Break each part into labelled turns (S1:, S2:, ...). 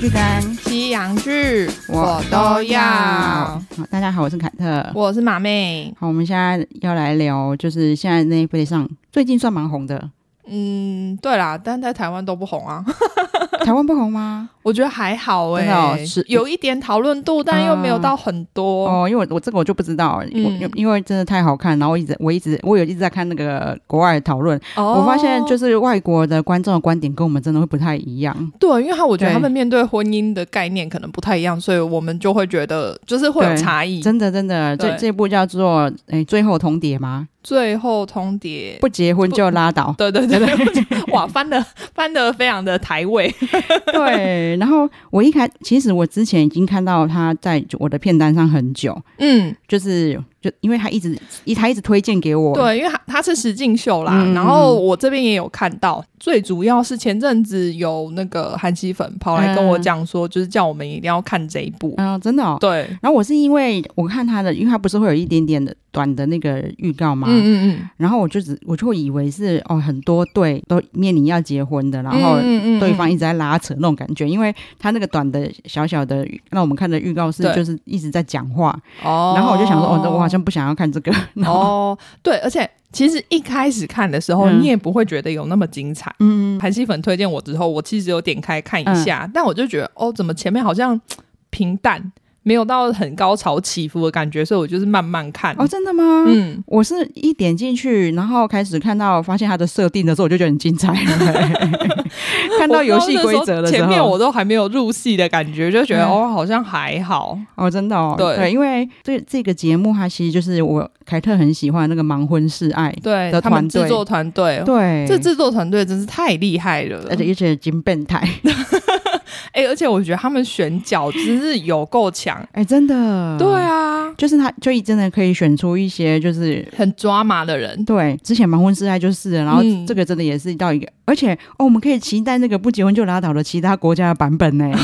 S1: 圈，
S2: 西洋剧
S1: 我都要。好，大家好，我是凯特。
S2: 我是马妹，
S1: 好，我们现在要来聊，就是现在 Netflix 上最近算蛮红的，
S2: 嗯，对啦，但在台湾都不红啊，
S1: 台湾不红吗？
S2: 我觉得还好哎、
S1: 真的哦是
S2: 有一点讨论度，但又没有到很多。
S1: 哦，因为我我这个我就不知道，
S2: 嗯
S1: 我因为真的太好看，然后我一直我一直我有一直在看那个国外的讨论，
S2: 哦
S1: 我发现就是外国的观众的观点跟我们真的会不太一样。
S2: 对，因为他我觉得
S1: 对
S2: 他们面对婚姻的概念可能不太一样，所以我们就会觉得就是会有
S1: 对
S2: 差异。
S1: 真的真的，这
S2: 对
S1: 这部叫做诶最后重叠吗？
S2: 最后通牒，
S1: 不结婚就拉倒。
S2: 对对对对，哇，翻的翻的非常的台位，
S1: 对，然后我一开，其实我之前已经看到他在我的片单上很久，
S2: 嗯，
S1: 就是就因为他一直一他一直推荐给我，
S2: 对，因为它它是实境秀啦，
S1: 嗯
S2: 然后我这边也有看到，最主要是前阵子有那个韩熙粉跑来跟我讲说，就是叫我们一定要看这一部，
S1: 嗯、真的哦。
S2: 对，
S1: 然后我是因为我看他的，因为他不是会有一点点的短的那个预告
S2: 嗯
S1: 吗？
S2: 嗯嗯，
S1: 然后我就只我就会以为是哦，很多对都面临要结婚的，然后
S2: 嗯
S1: 对方一直在拉扯那种感觉，因为他那个短的小小的预，让我们看的预告是
S2: 对
S1: 就是一直在讲话，
S2: 哦，
S1: 然后我就想说哦，那我好像不想要看这个，然后
S2: 哦，对，而且其实一开始看的时候，
S1: 嗯
S2: 你也不会觉得有那么精彩。
S1: 嗯，
S2: 韩熙粉推荐我之后，我其实有点开看一下，但我就觉得哦，怎么前面好像嘖平淡，没有到很高潮起伏的感觉，所以我就是慢慢看。
S1: 哦，真的吗？
S2: 嗯，
S1: 我是一点进去，然后开始看到发现它的设定的时候，我就觉得很精彩 了。看到游戏规则的时
S2: 前
S1: 候，
S2: 面我都还没有入戏的感觉，就觉得、
S1: 嗯
S2: 哦，好像还好。
S1: 哦，真的哦，
S2: 对
S1: 因为这这个节目它其实就是我凯特很喜欢那个盲婚试爱，
S2: 对
S1: 的
S2: 他们
S1: 团队
S2: 制作团队，
S1: 对，
S2: 这制作团队真是太厉害了。
S1: 而且而且金变态，
S2: 哎、而且我觉得他们选角真是有够强。
S1: 哎，真的，
S2: 嗯对，啊，
S1: 就是他就真的可以选出一些就是。
S2: 很抓马的人。
S1: 对，之前盲婚试爱就是了，然后
S2: 嗯
S1: 这个真的也是到一个，而且哦，我们可以期待那个不结婚就拉倒的其他国家的版本呢。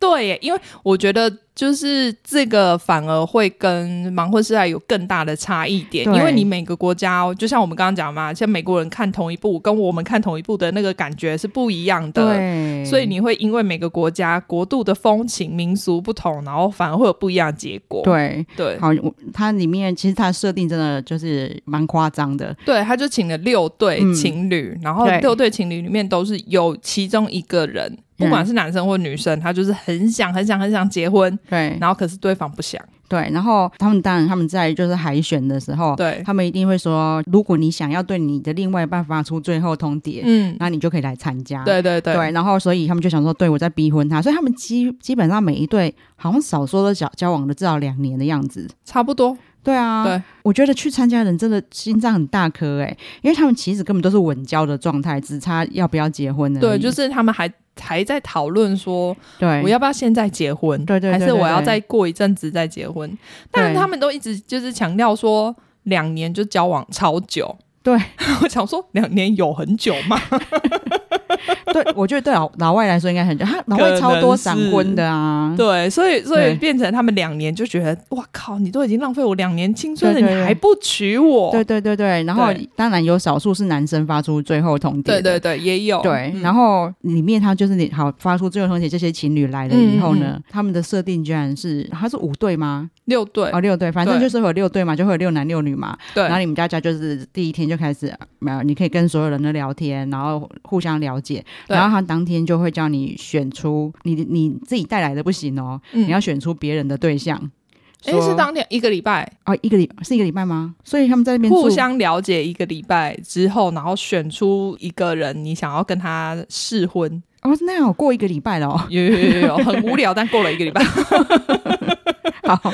S2: 对耶，因为我觉得就是这个反而会跟盲婚时代有更大的差异点，
S1: 对
S2: 因为你每个国家、哦，就像我们刚刚讲嘛，像美国人看同一部跟我们看同一部的那个感觉是不一样的。
S1: 对，
S2: 所以你会因为每个国家国度的风情民俗不同，然后反而会有不一样的结果。
S1: 对，
S2: 对
S1: 好，我它里面其实它的设定真的就是蛮夸张的，
S2: 对，他就请了六对
S1: 嗯
S2: 情侣，然后
S1: 对
S2: 六对情侣里面都是有其中一个人，
S1: 嗯
S2: 不管是男生或女生，他就是很想很想很想结婚，
S1: 对
S2: 然后可是对方不想。
S1: 对，然后他们当然他们在就是海选的时候，
S2: 对，
S1: 他们一定会说，如果你想要对你的另外一半发出最后通牒，
S2: 嗯，
S1: 那你就可以来参加。
S2: 对对对，
S1: 对，然后所以他们就想说，对我在逼婚他，所以他们基基本上每一对好像少说都交交往了至少两年的样子。
S2: 差不多。
S1: 对啊，
S2: 对，
S1: 我觉得去参加的人真的心脏很大颗哎、因为他们其实根本都是稳交的状态，只差要不要结婚而已。
S2: 对，就是他们还还在讨论说，
S1: 对，
S2: 我要不要现在结婚？
S1: 对对对
S2: 还是我要
S1: 对对
S2: 再过一阵子再结婚？但
S1: 对
S2: 他们都一直就是强调说两年就交往超久。
S1: 对， 嗯
S2: 我想说两年有很久吗？
S1: 对，我觉得对老老外来说应该很久，他老外超多闪婚的啊。
S2: 对，所以所以
S1: 对
S2: 变成他们两年就觉得，哇靠，你都已经浪费我两年青春了，
S1: 对对
S2: 你
S1: 对
S2: 还不娶我？
S1: 对对对对，然后
S2: 对
S1: 当然有少数是男生发出最后通牒的，
S2: 对对对也有
S1: 对
S2: 嗯
S1: 然后里面他就是你好发出最后通牒，这些情侣来了以后
S2: 嗯
S1: 呢，他们的设定居然是他是五对吗？
S2: 六对
S1: 哦，六对，反正
S2: 对
S1: 就是会有六对嘛，就会有六男六女嘛。
S2: 对
S1: 然后你们大家就是第一天就开始，没有，你可以跟所有人都聊天，然后互相了解，
S2: 对
S1: 然后他当天就会叫你选出你你自己带来的不行哦，
S2: 嗯
S1: 你要选出别人的对象。
S2: 哎
S1: 说
S2: 是当天一个礼拜
S1: 哦，一个礼是一个礼拜吗？所以他们在那边
S2: 互
S1: 住
S2: 相了解一个礼拜之后，然后选出一个人，你想要跟他试婚，
S1: 哦，那有过一个礼拜了哦。
S2: 有有有有有，很无聊，但过了一个礼拜，
S1: 好，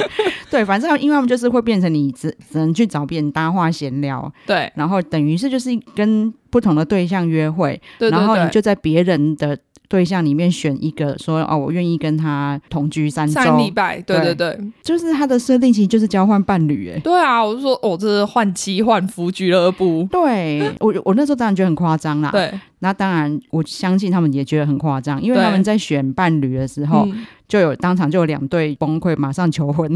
S1: 对，反正因为他们就是会变成你只只能去找别人搭话闲聊，
S2: 对
S1: 然后等于是就是跟不同的对象约会，
S2: 对
S1: 然后你
S2: 对对，
S1: 就在别人的对象里面选一个说哦，我愿意跟他同居三周，
S2: 上礼拜，对对
S1: 对
S2: 对
S1: 就是他的设定其实就是交换伴侣， 哎。
S2: 对啊，我就说哦，这是换妻换夫俱乐部，
S1: 对我，我那时候当然觉得很夸张啦。，
S2: 对，
S1: 那当然，我相信他们也觉得很夸张，因为
S2: 对
S1: 他们在选伴侣的时候，
S2: 嗯
S1: 就有
S2: 啊
S1: 当场就有两对崩溃，马上求婚。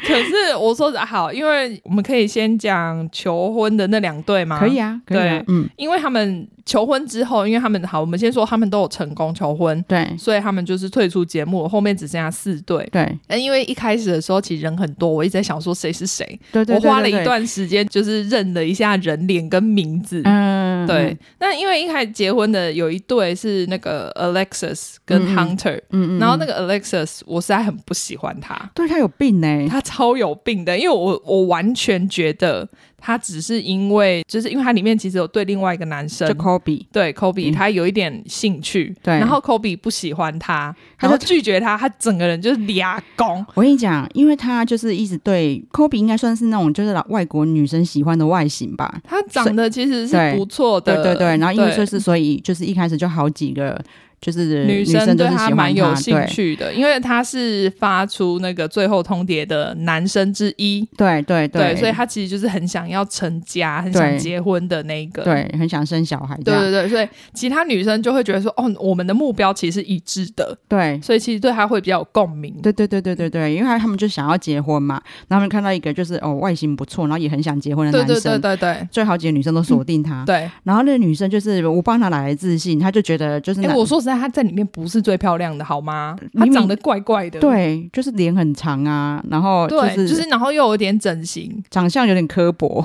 S2: 可是是我说的好，因为我们可以先讲求婚的那两对 嘛。
S1: 可以啊，可以啊
S2: 对，
S1: 嗯，
S2: 因为他们求婚之后，因为他们好，我们先说他们都有成功求婚，
S1: 对
S2: 所以他们就是退出节目，后面只剩下四对。
S1: 对
S2: 但因为一开始的时候其实人很多，我一直在想说谁是谁，
S1: 对对对，
S2: 我花了
S1: 对
S2: 一，段时间就是认了一下人脸跟名字。
S1: 对嗯，
S2: 对，那因为一开始结婚的有一对是那个 Alexis 跟
S1: 嗯嗯
S2: Hunter，、
S1: 嗯，嗯嗯，
S2: 然后那个 Alexis 我实在很不喜欢他，
S1: 对他有病呢，
S2: 他超有病的，因为我我完全觉得他只是因为就是因为他里面其实有对另外一个男生
S1: 就 Kobe，
S2: 对
S1: 嗯
S2: Kobe，他有一点兴趣，
S1: 对
S2: 然后 Kobe 不喜欢他，
S1: 他
S2: 然
S1: 就
S2: 后拒绝他，他整个人就是俩公，
S1: 我跟你讲，因为他就是一直对 Kobe 应该算是那种就是老外国女生喜欢的外形吧。
S2: 他长得其实
S1: 对
S2: 是不错
S1: 对
S2: 的，
S1: 对对，然后因为
S2: 对
S1: 就是所以就是一开始就好几个就是
S2: 女
S1: 生
S2: 生
S1: 都
S2: 对
S1: 是喜
S2: 他
S1: 欢
S2: 蛮有兴
S1: 对
S2: 趣的，因为他是发出那个最后通牒的男生之一，
S1: 对对
S2: 对，所以
S1: 对
S2: 他其实就是很想要成家、很想
S1: 对
S2: 结婚的那一个，
S1: 对，很想生小孩这
S2: 对
S1: 样
S2: 对。对，所以其他女生就会觉得说，哦，我们的目标其实是一致的，
S1: 对
S2: 所以其实对他会比较有共鸣。
S1: 嗯对对对对对
S2: 嗯
S1: 对，因为他们就想要结婚嘛，然后他们看到一个就是哦外形不错，然后也很想结婚的
S2: 对
S1: 男生，啊
S2: 对对对对
S1: 最好几个女生都锁定他，
S2: 对，
S1: 然后那个女生就是我帮她哪来自信，她就觉得就是
S2: 哎、
S1: 男、
S2: 我说实在，她在里面不是最漂亮的，好吗？她
S1: 明明
S2: 长得怪怪的，
S1: 对，就是脸很长啊，然后就
S2: 对，
S1: 是
S2: 就是然后又有点整形，
S1: 长相有点刻 薄。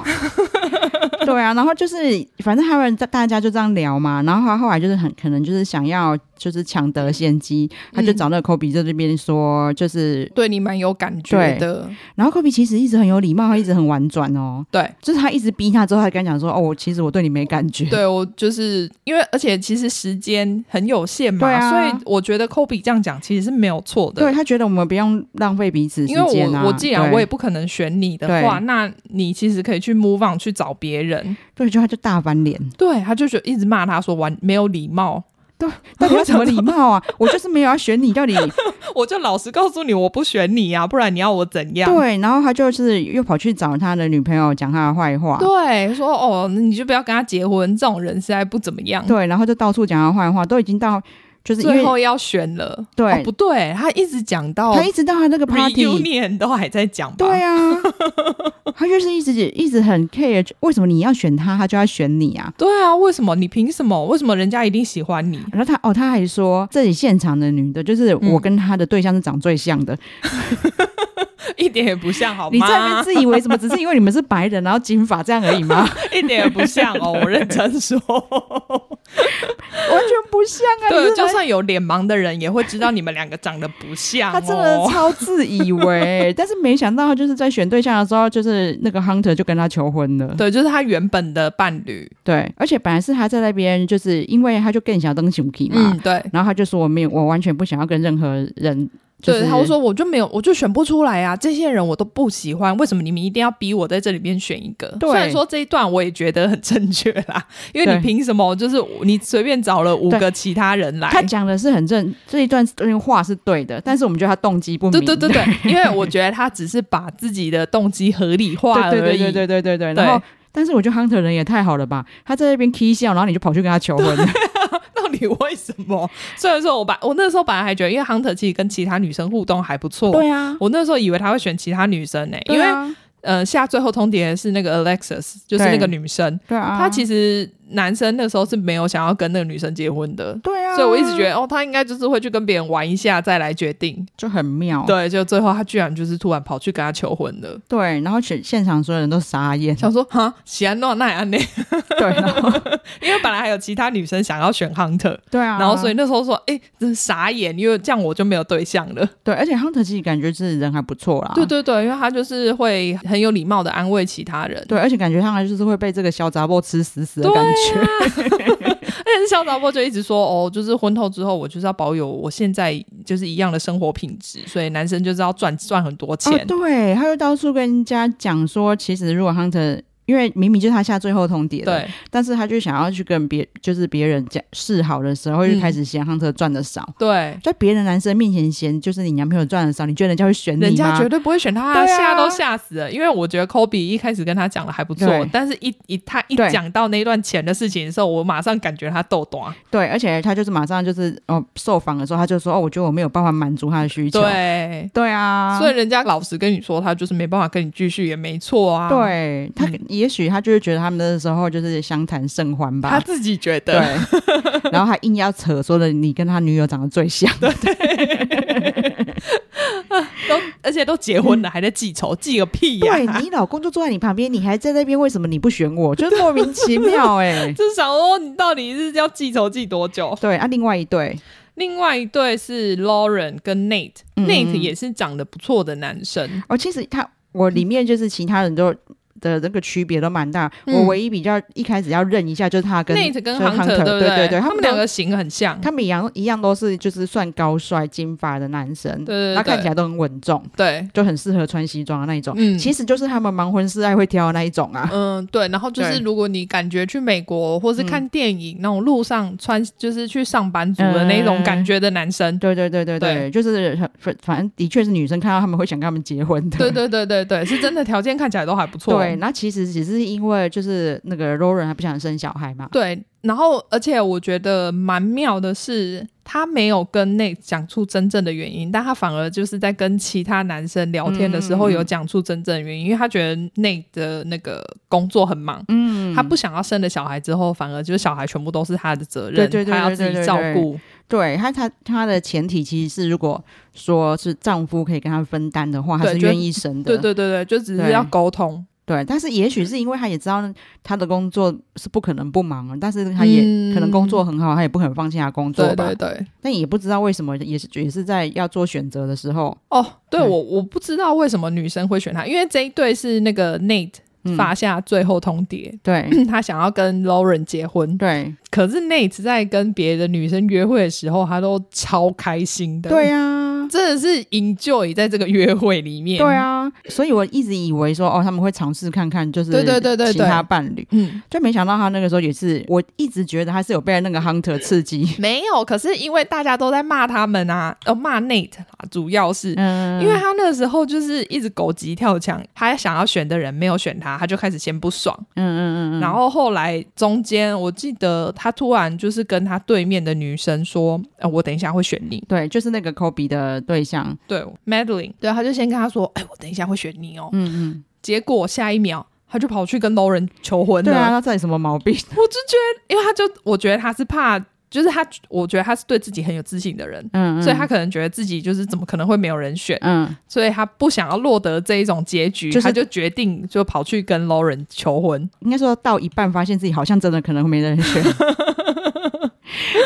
S1: 对啊，然后就是反正他们在大家就这样聊嘛，然后他后来就是很可能就是想要就是抢得先机，他
S2: 嗯
S1: 就找那个科比在这边说，就是
S2: 对你蛮有感觉的。
S1: 然后科比其实一直很有礼貌，他一直很婉转哦，
S2: 对，
S1: 就是他一直逼他之后，他跟他讲说，哦，我其实我对你没感觉，
S2: 对我就是因为，而且其实时间很有限嘛，
S1: 对啊
S2: 所以我觉得 Kobe 这样讲其实是没有错的。
S1: 对他觉得我们不用浪费彼此时
S2: 因为
S1: 间
S2: 我、
S1: 啊，
S2: 我既然
S1: 对
S2: 我也不可能选你的话，那你其实可以去 move on 去找别人。
S1: 对，就他就大翻 脸，
S2: 对，他就觉得一直骂他说完没有礼貌，
S1: 到底要什么礼貌啊？我就是没有要选你，到底
S2: 我就老实告诉你，我不选你啊，不然你要我怎样？
S1: 对，然后他就是又跑去找他的女朋友讲他的坏话，
S2: 对，说哦，你就不要跟他结婚，这种人实在不怎么样。
S1: 对，然后就到处讲他坏话，都已经到就是因
S2: 最
S1: 为
S2: 后要选了，
S1: 对
S2: 哦不对，他一直讲到
S1: 他一直到他那个 party，
S2: reunion 都还在讲吧？
S1: 对 啊，他就是一直一直很 care，为什么你要选他，他就要选你啊？
S2: 对啊，为什么你凭什么？为什么人家一定喜欢你？
S1: 然后他哦，他还说这里现场的女的，就是
S2: 嗯
S1: 我跟他的对象是长最像的。
S2: 一点也不像好
S1: 你在那边
S2: 吗？
S1: 自以为什么？只是因为你们是白人，然后金发这样而已吗？
S2: 一点也不像 哦，我认真说。
S1: 完全不像啊！你
S2: 对，
S1: 是
S2: 就
S1: 来
S2: 算有脸盲的人也会知道你们两个长得不像、哦。
S1: 他真的超自以为，但是没想到他就是在选对象的时候，就是那个 Hunter 就跟他求婚了。
S2: 对，就是他原本的伴侣。
S1: 对，而且本来是他在那边，就是因为他就更想登 s u k 嘛，
S2: 嗯，对。
S1: 然后他就说我没有，我完全不想要跟任何人，就是
S2: 对，他说我就没有，我就选不出来啊！这些人我都不喜欢，为什么你们一定要逼我在这里边选一个？
S1: 对
S2: 虽然说这一段我也觉得很正确啦，因为
S1: 对
S2: 你凭什么？就是你随便找了五
S1: 对
S2: 个其他人来，
S1: 他讲的是很正，这一段这话是对的，但是我们觉得他动机不明，
S2: 对对对对，因为我觉得他只是把自己的动机合理化而已。
S1: 对对对对对对对，然后。但是我觉得 Hunter 人也太好了吧，他在那边 k 笑，然后你就跑去跟他求婚，
S2: 到底为什么？虽然说我把我那时候本来还觉得，因为 Hunter 其实跟其他女生互动还不错。
S1: 对啊，
S2: 我那时候以为他会选其他女生呢、欸因
S1: 对
S2: 为
S1: 啊
S2: 呃下最后通牒是那个 Alexis，就是
S1: 对
S2: 那个女生，
S1: 对啊，
S2: 她其实男生那时候是没有想要跟那个女生结婚的。
S1: 对啊，
S2: 所以我一直觉得，哦，他应该就是会去跟别人玩一下再来决定。
S1: 就很妙，
S2: 对，就最后他居然就是突然跑去跟他求婚了，
S1: 对，然后全现场所有人都傻 眼，
S2: 想说哈，喜安诺奈安内，
S1: 对，然
S2: 啊
S1: 后
S2: 因为本来还有其他女生想要选 Hunter，、
S1: 对啊，
S2: 然后所以那时候说，哎、真傻眼，因为这样我就没有对象了。
S1: 对，而且 Hunter 其实感觉自己人还不错啦，
S2: 对对对，因为他就是会很有礼貌的安慰其他人。
S1: 对，而且感觉上来就是会被这个小杂货吃死死的感觉，啊
S2: 但是小导播就一直说哦，就是婚后之后，我就是要保有我现在就是一样的生活品质，所 以男生就是要赚赚很多钱。
S1: 哦、对，他就到处跟人家讲说，其实如果 Hunter 因为明明就是他下最后通牒的，
S2: 对
S1: 但是他就想要去跟别就是别人讲示好的时候，就
S2: 嗯
S1: 开始嫌亨特赚的少，
S2: 对，
S1: 在别的男生面前嫌就是你男朋友赚的少，你觉得人家会选你吗？
S2: 人家绝对不会选他，
S1: 对啊
S2: 吓都吓死了。因为我觉得 Kobe 一开始跟他讲的还不错
S1: 对，
S2: 但是一一他一
S1: 对
S2: 讲到那段钱的事情的时候，我马上感觉他豆短。
S1: 对，而且他就是马上就是哦，受访的时候他就说哦，我觉得我没有办法满足他的需求。
S2: 对，
S1: 对啊，
S2: 所以人家老实跟你说，他就是没办法跟你继续，也没错啊。，
S1: 对他
S2: 嗯
S1: 也许他就是觉得他们那时候就是相谈甚欢
S2: 他
S1: 吧。
S2: 自己觉
S1: 对
S2: 得，，
S1: 然后还硬要扯说的你跟他女友长得最像。
S2: 都而且都结婚了，还在记仇，记个屁呀！
S1: 对 你老公就坐在你旁边，你还在那边，为什么你不选我？就是莫名其
S2: 啊
S1: 妙哎、
S2: 就想说哦你到底是要记仇记多久？
S1: 对啊，另外一对，
S2: 另外一对是 Lauren 跟 Nate，Nate、
S1: 嗯
S2: Nate 也是长得不错的男生，
S1: 哦，其实他我里面就是其他人都。的那个区别都蛮大，
S2: 嗯
S1: 我唯一比较一开始要认一下就是他跟
S2: Nate 跟
S1: 就是
S2: Hunter
S1: 对
S2: 不
S1: 对
S2: 他
S1: 他
S2: 们
S1: 都
S2: 两个型很像，
S1: 他们一样一样都是就是算高帅金发的男生，
S2: 对对对
S1: 他看起来都很稳重，
S2: 对，
S1: 就很适合穿西装的那一种。
S2: 嗯
S1: 其实就是他们盲婚试爱会挑的那一种啊。
S2: 嗯，对，然后就是
S1: 对嗯
S2: 如果你感觉去美国或是看电影、那种路上穿，就是去上班族
S1: 嗯
S2: 的那种感觉的男生，
S1: 对对对对对，就是 很反反正的确是女生看到他们会想跟他们结婚的。
S2: 对对对对对，是真的条件看起来都还不错，
S1: 对，那其实只是因为就是那个 r o l a n 他不想生小孩嘛。
S2: 对然后而且我觉得蛮妙的是，他没有跟那讲出真正的原因，但他反而就是在跟其他男生聊天的时
S1: 嗯
S2: 候
S1: 嗯嗯
S2: 有讲出真正的原因，因为他觉得那的那个工作很忙，
S1: 嗯，
S2: 他不想要生了小孩之后，反而就是小孩全部都是他的责任，
S1: 对对对
S2: 他要自
S1: 对对
S2: 己
S1: 对
S2: 照
S1: 对
S2: 顾，
S1: 对他他他的前提其实是如果说是丈夫可以跟他分担的话，他
S2: 对
S1: 是
S2: 就
S1: 愿意生的。
S2: 对对对对，就只是
S1: 对
S2: 要沟通。
S1: 对，但是也许是因为他也知道他的工作是不可能不忙的，但是他也
S2: 嗯
S1: 可能工作很好，他也不可能放弃他工作
S2: 对
S1: 吧。
S2: 对对。
S1: 但也不知道为什么，也是也是在要做选择的时候，
S2: 哦，对
S1: 对
S2: 我我不知道为什么女生会选他，因为这一对是那个 Nate
S1: 嗯、
S2: 发下最后通牒，嗯
S1: 对
S2: 他想要跟 Lauren 结婚，
S1: 对
S2: 可是 Nate 在跟别的女生约会的时候，他都超开心的，
S1: 对、啊。
S2: 真的是 enjoy 在这个约会里面，
S1: 对，啊，所以我一直以为说哦，他们会尝试看看，就是
S2: 对对对对对
S1: 其他伴侣，
S2: 嗯，
S1: 就没想到他那个时候也是，我一直觉得他是有被那个 hunter 刺激，
S2: 没有，可是因为大家都在骂他们啊，呃，骂 Nate 啊，主要是。
S1: 嗯，
S2: 因为他那个时候就是一直狗急跳墙，他想要选的人没有选他，他就开始先不爽，
S1: 嗯嗯嗯嗯，
S2: 然后后来中间，我记得他突然就是跟他对面的女生说：“呃，我等一下会选你。
S1: 对，就是那个 Kobe 的对象，
S2: 对”，Madeline，对，他就先跟他说：“哎，我等一下会选你哦。
S1: 嗯嗯，”
S2: 结果下一秒，他就跑去跟 Lauren 求婚了。
S1: 对啊，他这里什么毛病？
S2: 我就觉得，因为他就我觉得他是怕，就是他，我觉得他是对自己很有自信的人。
S1: 嗯，嗯
S2: 所以他可能觉得自己就是怎么可能会没有人选，
S1: 嗯，
S2: 所以他不想要落得这一种结局，
S1: 就是
S2: 他就决定就跑去跟 Lauren 求婚。
S1: 应该说到一半，发现自己好像真的可能没人 选。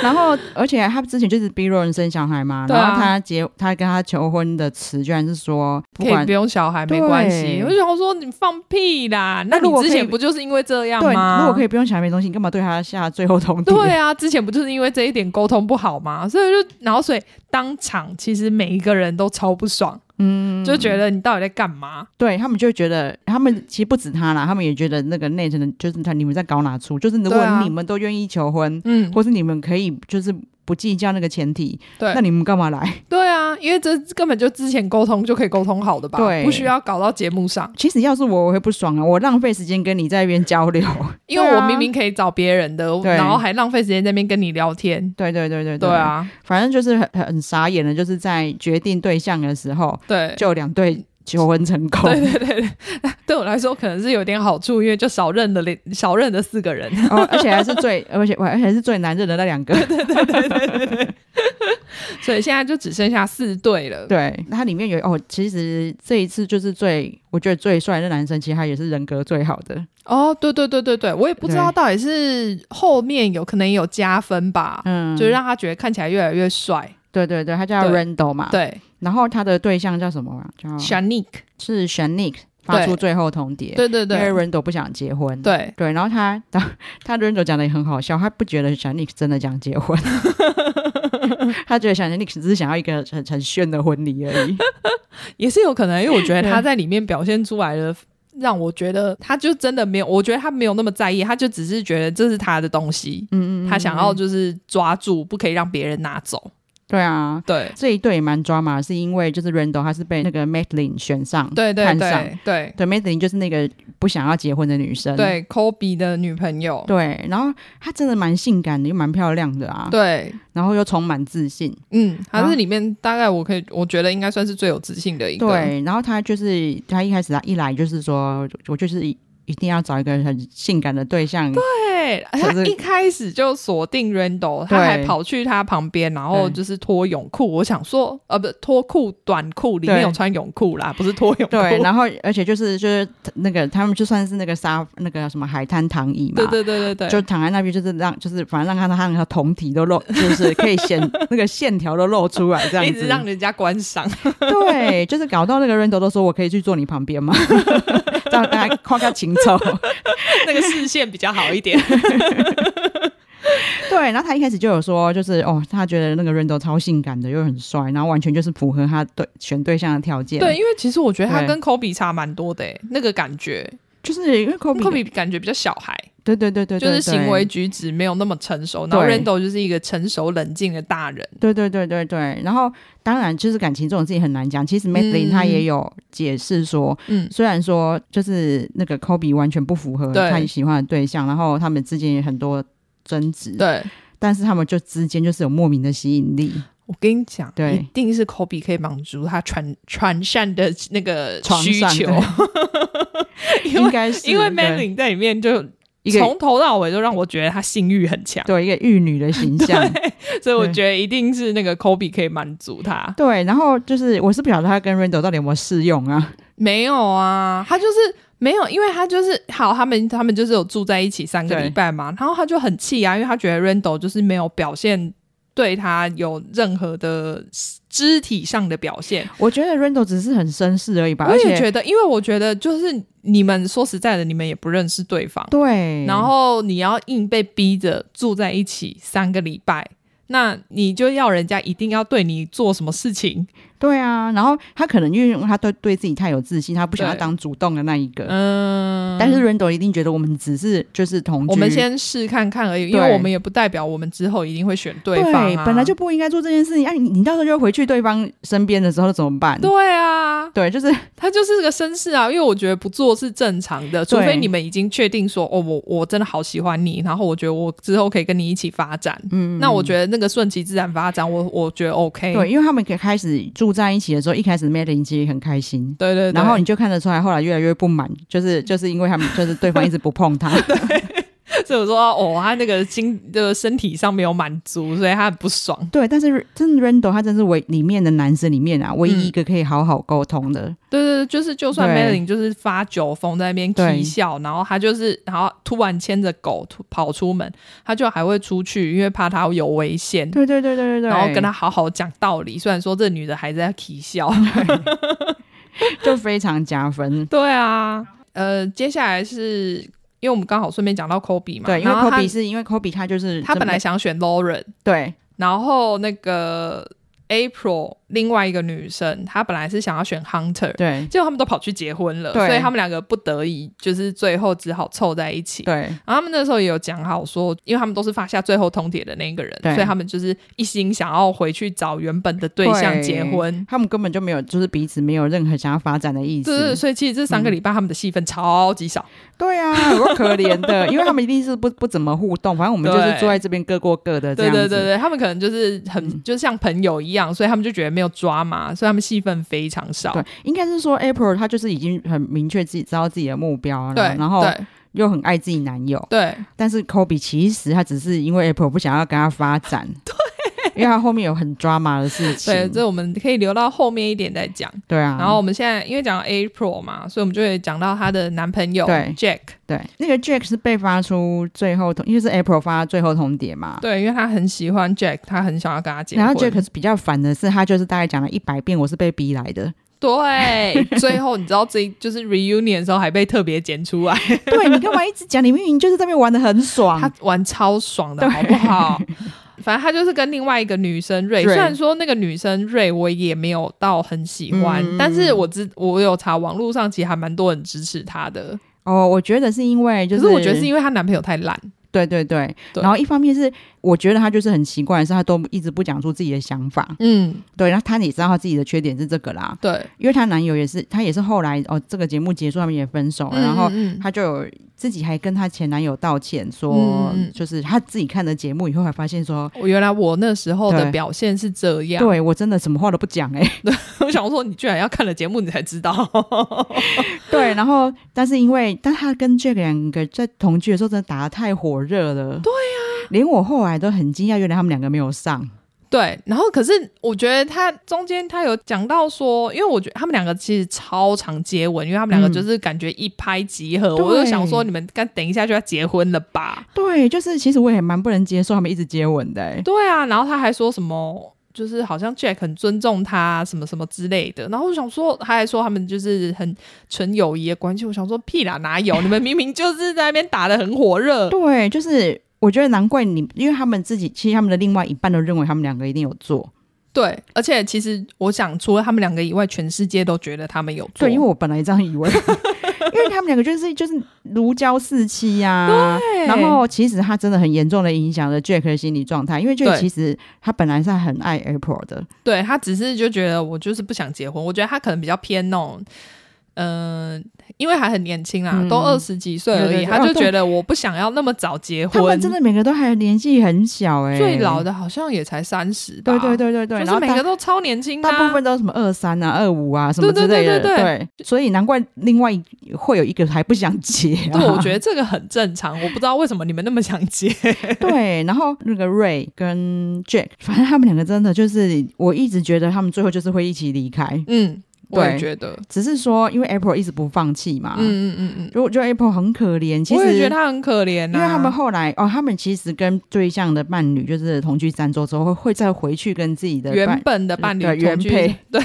S1: 然后，而且他之前就是逼罗人生小孩嘛，
S2: 对啊
S1: 然后他结他跟他求婚的词居然是说不
S2: 可以
S1: 管
S2: 不用小孩没
S1: 对
S2: 关系。我就想说你放屁啦！那
S1: 那如
S2: 你
S1: 果
S2: 之
S1: 可以
S2: 前不就是因为这样
S1: 对，
S2: 吗？
S1: 如果可以不用小孩没东西，你干嘛对他下最后通牒？
S2: 对啊，之前不就是因为这一点沟通不好吗？所以就然后所以当场其实每一个人都超不爽，
S1: 嗯，
S2: 就觉得你到底在干嘛？
S1: 对他们就觉得他们其实不止他啦，他们也觉得那个内层的就是他你们在搞哪出？就是如
S2: 对
S1: 果
S2: 啊
S1: 你们都愿意求婚，
S2: 嗯，
S1: 或是你们可以就是不计较那个前提，那
S2: 对
S1: 你们干嘛来？
S2: 对啊，因为这根本就之前沟通就可以沟通好的吧，
S1: 对
S2: 不需要搞到节目上，
S1: 其实要是我，我会不爽啊！我浪费时间跟你在那边交流。
S2: 因为
S1: 对
S2: 我
S1: 啊
S2: 明明可以找别人的，
S1: 对
S2: 然后还浪费时间在那边跟你聊天。
S1: 对对对对
S2: 对，啊，
S1: 反正就是很很傻眼的，就是在决定对象的时候，
S2: 对。
S1: 就两对求婚成功。
S2: 对对对对， 对我来说可能是有点好处，因为就少认了两少认了四个人。
S1: 哦，而且还是最， 而且而且还是最难认的那两个。
S2: 所以现在就只剩下四对了。
S1: 对，它里面有哦，其实这一次就是最，我觉得最帅的男生，其实他也是人格最好的。
S2: 哦，对对对对对，我也不知道到底是后面有可能也有加分吧，
S1: 嗯，
S2: 啊就让他觉得看起来越来越帅。
S1: 对对对，他叫
S2: 对
S1: Randall 嘛，，
S2: 对
S1: 然后他的对象叫什么啊？叫
S2: s h a n i k
S1: 是 s h a n i k 发出最后通牒，
S2: 对对对
S1: 因为 Randall 不想结婚，
S2: 对，
S1: 对，然后他他他 Randall 讲的也很好笑，他不觉得 s h a n i k 真的想结 婚，他觉得 s h a n i k 只是想要一个很很炫的婚礼而已。
S2: 也是有可能，因为我觉得他在里面表现出来的让我觉得他就真的没有，我觉得他没有那么在意，他就只是觉得这是他的东西，
S1: 嗯嗯嗯，
S2: 他想要就是抓住，不可以让别人拿走。
S1: 对啊，
S2: 对，
S1: 这一对也蛮抓马，是因为就是 Randall 他是被那个 Madeline 选上，
S2: 对对
S1: 嗯看上，
S2: 对对
S1: 对 Madeline 就是那个不想要结婚的女生，
S2: 对，Kobe 的女朋友，
S1: 对，然后她真的蛮性感的，又蛮漂亮的啊，，
S2: 对，
S1: 然后又充满自信，
S2: 嗯，他
S1: 啊
S2: 是里面大概我可以，我觉得应该算是最有自信的一个。
S1: 对，然后她就是她一开始她啊一来就是说，我就是一一定要找一个很性感的对象，
S2: 对，他
S1: 就是
S2: 一开始就锁定
S1: 对
S2: Randall，他还跑去他旁边，然后
S1: 对
S2: 就是脱泳裤。我想说，呃，不，脱裤短裤里面
S1: 对
S2: 有穿泳裤啦，不是脱泳裤。
S1: 对，然后而且就是就是那个他们就算是那个沙那个什么海滩躺椅嘛，
S2: 对对对对对，
S1: 就躺在那边，就是让，就是反正让他他那个酮体都露，就是可以 显那个线条都露出来，这
S2: 一
S1: 样
S2: 直
S1: 子。
S2: 让人家观赏。
S1: 对，就是搞到那个 Rando 都说我可以去坐你旁边吗？ 这样大家夸他情仇。
S2: 那个视线比较好一点。
S1: 对，然后他一开始就有说，就是哦，他觉得那个 Rando 超性感的，又很帅，然后完全就是符合他对选 对象的条件。
S2: 对，，因为其实我觉得他
S1: 对
S2: 跟 Kobe 差蛮多的、欸，那个感觉
S1: 就是因为 Kobe，,
S2: ，Kobe 感觉比较小孩，
S1: 对对对对对，
S2: 就是行为
S1: 对。
S2: 举止没有那么成熟，然后
S1: 对
S2: Randall 就是一个成熟冷静的大人。
S1: 对对对对对，然后当然就是感情这种事情很难讲。其实 Madeline 她也有解释说，
S2: 嗯，
S1: 虽然说就是那个 Kobe 完全不符合
S2: 对
S1: 他喜欢的对象，然后他们之间也很多争执，，
S2: 对。
S1: 但是他们就之间就是有莫名的吸引力，
S2: 我跟你讲，
S1: 对
S2: 一定是 Kobe 可以满足他传传善的那个
S1: 床
S2: 需
S1: 上
S2: 求
S1: 对，
S2: 因
S1: 应
S2: 为
S1: 该是
S2: 因为
S1: 对
S2: Manning 在里面就
S1: 一个
S2: 从头到尾就让我觉得他性欲很强，
S1: 对一个玉女的 形象。
S2: 所以我
S1: 对
S2: 觉得一定是那个 Kobe 可以满足他。
S1: 对，然后就是我是不晓得他跟 Randall 到底有没有试用啊？
S2: 没有啊，他就是没有，因为他就是好，他们他们就是有住在一起三个
S1: 对
S2: 礼拜嘛，然后他就很气啊，因为他觉得 Randall 就是没有表现对他有任何的肢体上的表现，
S1: 我觉得 Randall 只是很绅士而已吧，
S2: 我
S1: 而
S2: 也
S1: 且
S2: 觉得，因为我觉得就是你们说实在的，你们也不认识对方，
S1: 对，
S2: 然后你要硬被逼着住在一起三个礼拜，那你就要人家一定要对你做什么事情，
S1: 对啊，然后他可能因为他对对自己太有自信，他不想要
S2: 对
S1: 当主动的那一个。
S2: 嗯，
S1: 但是 Randall 一定觉得我们只是就是同居，
S2: 我们先试看看而已，因为
S1: 对
S2: 我们也不代表我们之后一定会选对方、啊，
S1: 本来就不应该做这件事情。哎、你你到时候就回去对方身边的时候怎么办？
S2: 对啊，
S1: 对，就是
S2: 他就是个绅士啊，因为我觉得不做是正常的，除
S1: 对
S2: 非你们已经确定说，哦，我我真的好喜欢你，然后我觉得我之后可以跟你一起发展，嗯，那我觉得那个顺其自然发展，我我觉得
S1: 嗯
S2: OK，
S1: 对，因为他们开始住在一起的时候，一开始 Madeline 其实很开心。
S2: 对对对，
S1: 然后你就看得出来，后来越来越不满，就是就是因为他们就是对方一直不碰 他，
S2: 所以我说，哦，他那个心的身体上没有满足，所以他很不爽，
S1: 对。但是真的 Randall 他真是唯里面的男生里面啊，唯
S2: 嗯
S1: 一一个可以好好沟通的，
S2: 对对对，就是就算
S1: 对
S2: Melin 就是发酒疯在那边
S1: 对
S2: 啼笑，然后他就是，然后突然牵着狗突跑出门，他就还会出去，因为怕他有危险。
S1: 对对对对对对，
S2: 然后跟他好好讲道理，虽然说这女的还在啼笑，
S1: 就非常加分。
S2: 对啊，呃，接下来是因为我们刚好顺便讲到 Kobe 嘛，
S1: 对，因为
S2: 然后他
S1: Kobe 是因为 Kobe 他就是
S2: 他
S1: 真
S2: 本来
S1: 的
S2: 想选 Lauren，
S1: 对
S2: 然后那个 April 另外一个女生，她本来是想要选 Hunter，
S1: 对
S2: 结果他们都跑去结婚了，
S1: 对
S2: 所以他们两个不得已就是最后只好凑在一起。
S1: 对
S2: 然后他们那时候也有讲好说，因为他们都是发下最后通牒的那一个人，
S1: 对
S2: 所以他们就是一心想要回去找原本的对象
S1: 对
S2: 结婚。
S1: 他们根本就没有就是彼此没有任何想要发展的意思，
S2: 就是，所以其实这三个礼拜他们的戏份超级少，
S1: 对啊，有个可怜 的，因为他们一定是不不怎么互动，反正我们就是
S2: 对
S1: 坐在这边各过各的这
S2: 对
S1: 样子。嗯
S2: 对对对，他们可能就是很、就像朋友一样，所以他们就觉得没有抓嘛，所以他们戏份非常少。
S1: 对应该是说 April 她就是已经很明确自己知道自己的目标
S2: 对
S1: 了，，然后
S2: 对
S1: 又很爱自己男友，
S2: 对
S1: 但是 Kobe 其实他只是因为 April 不想要跟他发 展，对，因为他后面有很抓马的事情，
S2: 对，这我们可以留到后面一点再讲。
S1: 对啊，
S2: 然后我们现在因为讲到 April 嘛，所以我们就会讲到她的男朋友
S1: 对
S2: Jack。
S1: 对那个 Jack 是被发出最后通，因为是 April 发最后通牒嘛，
S2: 对，因为他很喜欢 Jack，他很想要跟他结婚。
S1: 然后 Jack 是比较烦的是，他就是大概讲了一百遍我是被逼来 的，
S2: 对，最后你知道这一就是 reunion 的时候还被特别剪 出来，
S1: 对你干嘛一直讲？你明明就是在那边玩的很爽，
S2: 他玩超爽的
S1: 对
S2: 好不好？反正他就是跟另外一个女生瑞，
S1: 瑞
S2: 虽然说那个女生瑞我也没有到很喜欢，
S1: 嗯
S2: 但是我知我有查网络上其实还蛮多人支持她的，
S1: 哦，我觉得是因为就是，
S2: 可是我觉得是因为她男朋友太烂，
S1: 对对对，
S2: 对
S1: 然后一方面是我觉得他就是很奇怪，是他都一直不讲出自己的想法，
S2: 嗯，
S1: 对，然后他也知道他自己的缺点是这个啦，
S2: 对，
S1: 因为她男友也是，她也是后来哦，这个节目结束，他们也分手哦了，然后
S2: 嗯嗯
S1: 她就有自己还跟她前男友道歉说，
S2: 嗯嗯
S1: 就是她自己看了节目以后才发现说，
S2: 我原来我那时候的
S1: 对
S2: 表现是这样，
S1: 对我真的什么话都不讲哎、欸
S2: 我想说你居然要看了节目你才知道，
S1: 对，然后但是因为，但她跟 Jack 两个在同居的时候真的打得太火热了，对
S2: 啊
S1: 呀、连我后来都很惊讶，原来他们两个没有上，
S2: 对，然后可是我觉得他中间他有讲到说，因为我觉得他们两个其实超常接吻，因为他们两个
S1: 嗯
S2: 就是感觉一拍即合，
S1: 对
S2: 我就想说你们干等一下就要结婚了吧？
S1: 对，就是其实我也蛮不能接受他们一直接吻的、欸，
S2: 对啊，然后他还说什么？就是好像 Jack 很尊重他什么什么之类的，然后我想说，他还说他们就是很纯友谊的关系，我想说屁啦，哪有？你们明明就是在那边打的很火热，
S1: 对，就是。我觉得难怪你，因为他们自己其实他们的另外一半都认为他们两个一定有做，
S2: 对，而且其实我想，除了他们两个以外，全世界都觉得他们有做，
S1: 对，因为我本来这样以 为，因为他们两个就是就是如胶似漆呀、
S2: 对
S1: 然后其实他真的很严重的影响了 Jack 的心理状态，因为 Jack
S2: 对
S1: 其实他本来是很爱 April 的，
S2: 对他只是就觉得我就是不想结婚，我觉得他可能比较偏那种，嗯、因为还很年轻啦，啊
S1: 嗯
S2: 都二十几岁而已，
S1: 对对对
S2: 他
S1: 哦
S2: 就
S1: 对
S2: 觉得我不想要那么早结
S1: 他
S2: 婚
S1: 们。真的每个都还年纪很小哎、
S2: 最老。的好像也才三十吧，
S1: 对对，对对对，然
S2: 就是
S1: 后
S2: 每个
S1: 大
S2: 都超年轻的啊、
S1: 大部分都是什么二三啊、二五啊什么之类的，
S2: 对对对对
S1: 所以难怪另外一会有一个还不想结、啊。
S2: 对，我觉得这个很正常，我不知道为什么你们那么想结。
S1: 对，然后那个 Ray 跟 Jack，反正他们两个真的就是，我一直觉得他们最后就是会一起离开，
S2: 嗯，我也
S1: 对
S2: 觉得，
S1: 只是说因为 April 一直不放弃嘛，嗯，
S2: 嗯嗯嗯嗯，
S1: 就就 April 很可怜，其
S2: 我也觉
S1: 实
S2: 得。他很可怜、啊，
S1: 因为他们后来哦，他们其实跟对象的伴侣就是同居三周之后，会会再回去跟自己的
S2: 原
S1: 伴
S2: 本的伴侣
S1: 对原
S2: 同居
S1: 配
S2: 对，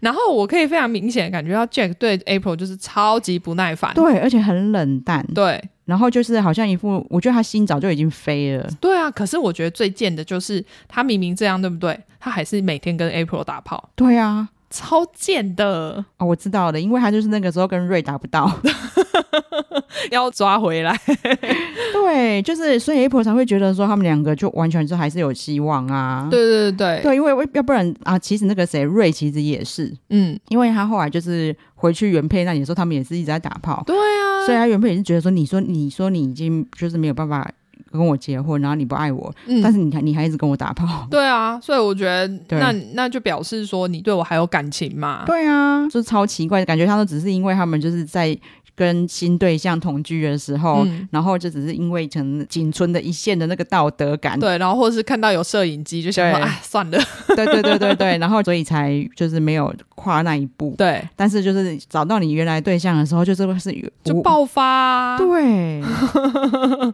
S2: 然后我可以非常明显的感觉到 Jack 对 April 就是超级不耐烦，
S1: 对，而且很冷淡，
S2: 对
S1: 然后就是好像一副，我觉得他心早就已经飞了，
S2: 对啊！可是我觉得最贱的就是他明明这样，对不对？他还是每天跟 April 打炮，
S1: 对啊，
S2: 超贱的，
S1: 哦，我知道了，因为他就是那个时候跟瑞打不到，
S2: 要抓回来。
S1: 对，就是所以 April 才会觉得说他们两个就完全是还是有希望啊，
S2: 对对对对，
S1: 对，因为要不然啊，其实那个谁瑞其实也是，
S2: 嗯，
S1: 因为他后来就是回去原配那里的时候，他们也是一直在打炮，
S2: 对啊，
S1: 所以他原配也是觉得说，你说你说你已经就是没有办法跟我结婚，然后你不爱我，但
S2: 嗯。
S1: 是你还你还一直跟我打炮，
S2: 对啊，所以我觉得
S1: 对
S2: 那那就表示说你对我还有感情嘛？
S1: 对啊，就是超奇怪，感觉他都只是因为他们就是在跟新对象同居的时候。
S2: 嗯，
S1: 然后就只是因为可能仅存的一线的那个道德感，
S2: 对，然后或者是看到有摄影机就想说，
S1: 对
S2: 哎，算了，
S1: 对对对对对，然后所以才就是没有跨那一步。
S2: 对，
S1: 但是就是找到你原来对象的时候，就是会是有
S2: 就爆发啊、
S1: 对，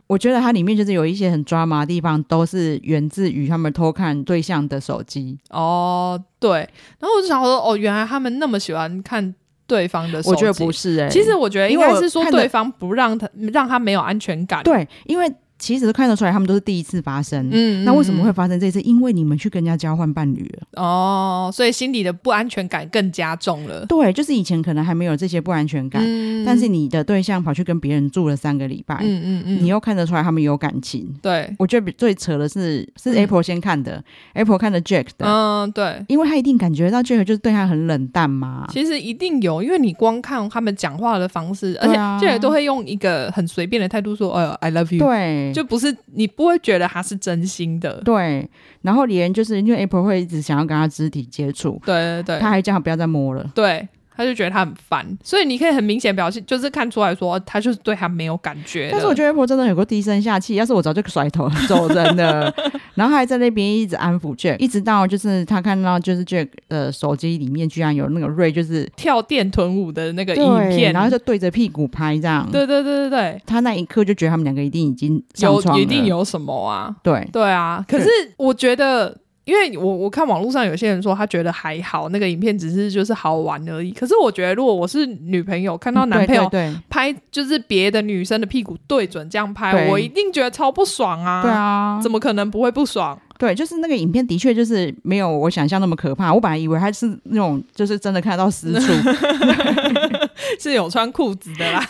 S1: 我觉得它里面就是有一些很抓马的地方，都是源自于他们偷看对象的手机。
S2: 哦，对。然后我就想说，哦，原来他们那么喜欢看对方的手机。
S1: 我觉得不是哎、
S2: 其实我觉得应
S1: 因为
S2: 该
S1: 我
S2: 是说
S1: 看的
S2: 对方不让他让他没有安全感。
S1: 对，因为其实看得出来他们都是第一次发生。
S2: 嗯，嗯，
S1: 那为什么会
S2: 嗯
S1: 发生这次？因为你们去跟人家交换伴侣了。
S2: 哦？所以心里的不安全感更加重了。
S1: 对，就是以前可能还没有这些不安全感，
S2: 呃嗯
S1: 但是你的对象跑去跟别人住了三个礼拜，
S2: 嗯嗯嗯，
S1: 你又看得出来他们有感情。
S2: 对，
S1: 我觉得比最扯的是是
S2: 嗯
S1: April 先看的、a p r i l 看的 Jack 的，
S2: 嗯对。
S1: 因为他一定感觉到 Jack 就是对他很冷淡嘛。
S2: 其实一定有，因为你光看他们讲话的方式，而
S1: 对
S2: 且
S1: 啊
S2: 这也都会用一个很随便的态度说：“哎呦，I love you。”
S1: 对，
S2: 就不是你不会觉得他是真心的。
S1: 对，然后连就是因为 April 会一直想要跟他肢体接触，
S2: 对对对，
S1: 他还叫他不要再摸了。
S2: 对，他就觉得他很烦，所以你可以很明显表现，就是看出来说哦他就是对他没有感觉了。
S1: 但是我觉得 April 真的有个低声下气，要是我早就甩头走人 了。然后他还在那边一直安抚 Jack，一直到就是他看到就是 Jack 的手机里面居然有那个 Ray 就是
S2: 跳电臀舞的那个影
S1: 对，
S2: 片，
S1: 然后就对着屁股拍这样。
S2: 对对对对对，
S1: 他那一刻就觉得他们两个一定已经上床
S2: 有
S1: 了
S2: 一定有什么啊？
S1: 对
S2: 对啊，可是我觉得因为我我看网络上有些人说他觉得还好，那个影片只是就是好玩而已。可是我觉得，如果我是女朋友，看到男朋友
S1: 嗯
S2: 啊
S1: 对对对
S2: 拍就是别的女生的屁股对准这样拍，
S1: 对
S2: 我一定觉得超不爽啊！
S1: 对，啊，
S2: 怎么可能不会不爽？
S1: 对，就是那个影片的确就是没有我想象那么可怕。我本来以为它是那种就是真的看得到私 处，
S2: 是有穿裤子的啦。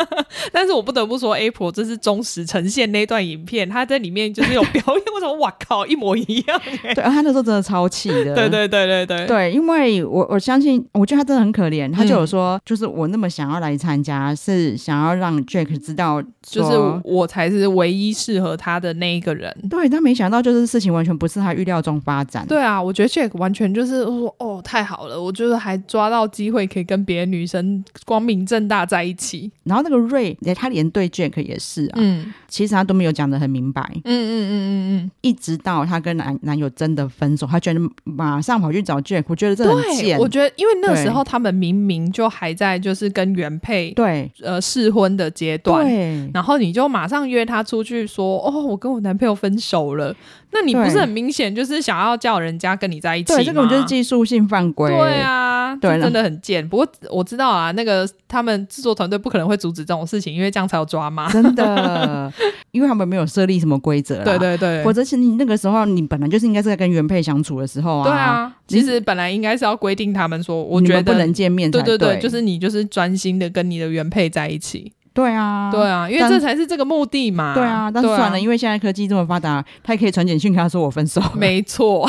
S2: 但是我不得不说，April 这是忠实呈现那段影片，他在里面就是有表演，为什么哇靠一模一样、欸？
S1: 对，而啊他那时候真的超气的，
S2: 对对对对 对啊
S1: 对，因为我我相信，我觉得他真的很可怜。他就有说，就是我那么想要来参加，是想要让 Jack 知道说，
S2: 就是我才是唯一适合他的那一个人。
S1: 对，但没想到就是事情完全不是他预料中发展。
S2: 对啊，我觉得 Jack 完全就是说，哦，太好了，我就是还抓到机会可以跟别的女生光明正大在一起。
S1: 然后那个 Ray，他连对 Jack 也是啊，
S2: 嗯
S1: 其实他都没有讲的很明白，
S2: 嗯嗯嗯嗯
S1: 一直到他跟男男友真的分手，他居然马上跑去找 Jack，我觉得
S2: 嗯，
S1: 这很
S2: 对，
S1: 贱
S2: 我。觉得因为那时候他们明明就还在就是跟原配
S1: 对
S2: 呃试婚的阶段。
S1: 对
S2: 然后你就马上约他出去说，哦，我跟我男朋友分手了。那你不是
S1: 对
S2: 很明显就是想要叫人家跟你在一起吗？
S1: 对，这个我觉得是技术性犯规。
S2: 对啊，
S1: 对
S2: 这
S1: 了
S2: 真的很贱。不过我知道啊，那个他们制作团队不可能会阻止这种事情，因为这样才有抓嘛。
S1: 真的，因为他们没有设立什么规则啦。
S2: 对对对，
S1: 或者是你那个时候，你本来就是应该是在跟原配相处的时候啊，
S2: 对啊。
S1: 你
S2: 其实本来应该是要规定他们说，我
S1: 你们
S2: 觉得
S1: 不能见面才
S2: 对对
S1: 对
S2: 对，就是你就是专心的跟你的原配在一起。
S1: 对啊，
S2: 对啊，因为
S1: 但
S2: 这才是这个目的嘛。
S1: 对啊，但是算了，因为现在科技这么发达，他也可以传简讯跟他说我分手，
S2: 没错，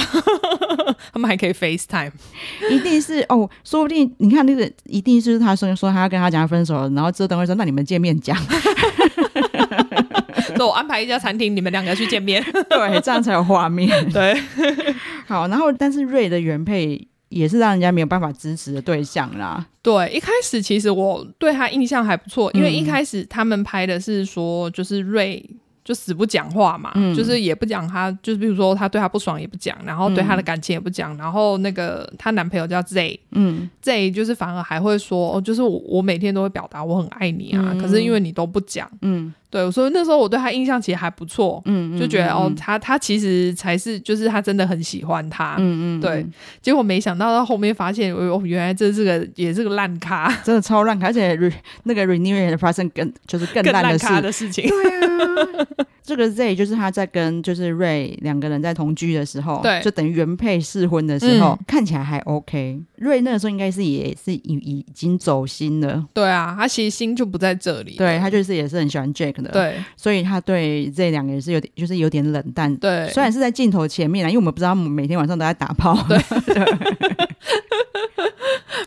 S2: 他们还可以 FaceTime。
S1: 一定是哦，说不定你看那个，一定是他说说他要跟他讲分手了，然后之后等会说那你们见面 讲，
S2: 所以我安排一家餐厅，你们两个去 见面。
S1: 对，这样才有画面。
S2: 对，
S1: 好，然后但是瑞的原配也是让人家没有办法支持的对象啦，
S2: 对，一开始其实我对他印象还不错，因为
S1: 嗯
S2: 一开始他们拍的是说，就是瑞就死不讲话嘛，
S1: 嗯
S2: 就是也不讲他，就是比如说他对他不爽也不讲，然后对他的感情也不讲，然后那个她男朋友叫 Z。
S1: 嗯，
S2: Z 就是反而还会说，哦，就是我我每天都会表达我很爱你啊，
S1: 嗯
S2: 可是因为你都不讲，
S1: 嗯
S2: 对，所以那时候我对他印象其实还不错，
S1: 嗯，嗯
S2: 就觉得、哦
S1: 嗯，
S2: 他他其实才是就是他真的很喜欢他，
S1: 嗯嗯，
S2: 对，结果没想到到后面发现，哦，原来这是个也是个烂咖，
S1: 真的超烂，而且 re, 那个 renew 的发生更就是更烂的事
S2: 咖的事 情。
S1: 对啊， 这个 Z 就是他在跟就是 Ray 两个人在同居的时候，
S2: 对
S1: 就等于原配试婚的时候，
S2: 嗯
S1: 看起来还 OK。Ray 那个时候应该是也是已已经走心了，
S2: 对啊，他其实心就不在这里。
S1: 对他就是也是很喜欢 Jack 的，，
S2: 对
S1: 所以他对 Z 两个也是有点就是有点冷淡。
S2: 对，
S1: 虽然是在镜头前面啊，因为我们不知道他们每天晚上都在打炮，对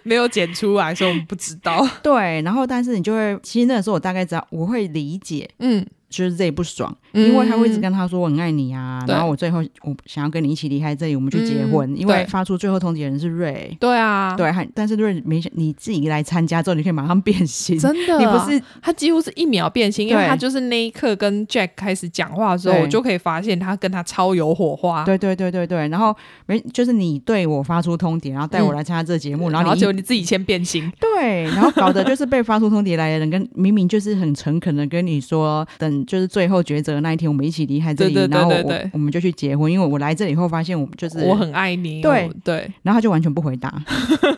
S2: 没有剪出来，所以我们不知道。
S1: 对，然后但是你就会，其实那个时候我大概知道，我会理解，
S2: 嗯，
S1: 就是 Z 不爽，
S2: 嗯
S1: 因为他会一直跟他说我很爱你啊，
S2: 对
S1: 然后我最后我想要跟你一起离开这里，我们去结婚，
S2: 嗯
S1: 因为
S2: 对
S1: 发出最后通牒的人是瑞，
S2: 对啊，，
S1: 对，还但是瑞没想你自己来参加之后，你可以马上变形，
S2: 真的，啊
S1: 你不是
S2: 他几乎是一秒变心，因为
S1: 对
S2: 他就是那一刻跟 Jack 开始讲话的时候，
S1: 对
S2: 我就可以发现他跟他超有火花。
S1: 对对对对对，然后没就是你对我发出通牒，然后带我来参加这个节目，然
S2: 嗯然
S1: 后
S2: 后
S1: 你
S2: 结果你自己先变心，
S1: 对，然后搞的就是被发出通牒来的人，跟 明明就是很诚恳的跟你说，等就是最后抉择的那一天，我们一起离开这里，
S2: 对对对
S1: 然后
S2: 对
S1: 我
S2: 对
S1: 我们就去结婚，因为我来这里以后发现我们就是
S2: 我很爱你。
S1: 对
S2: 我对，
S1: 然后他就完全不回答，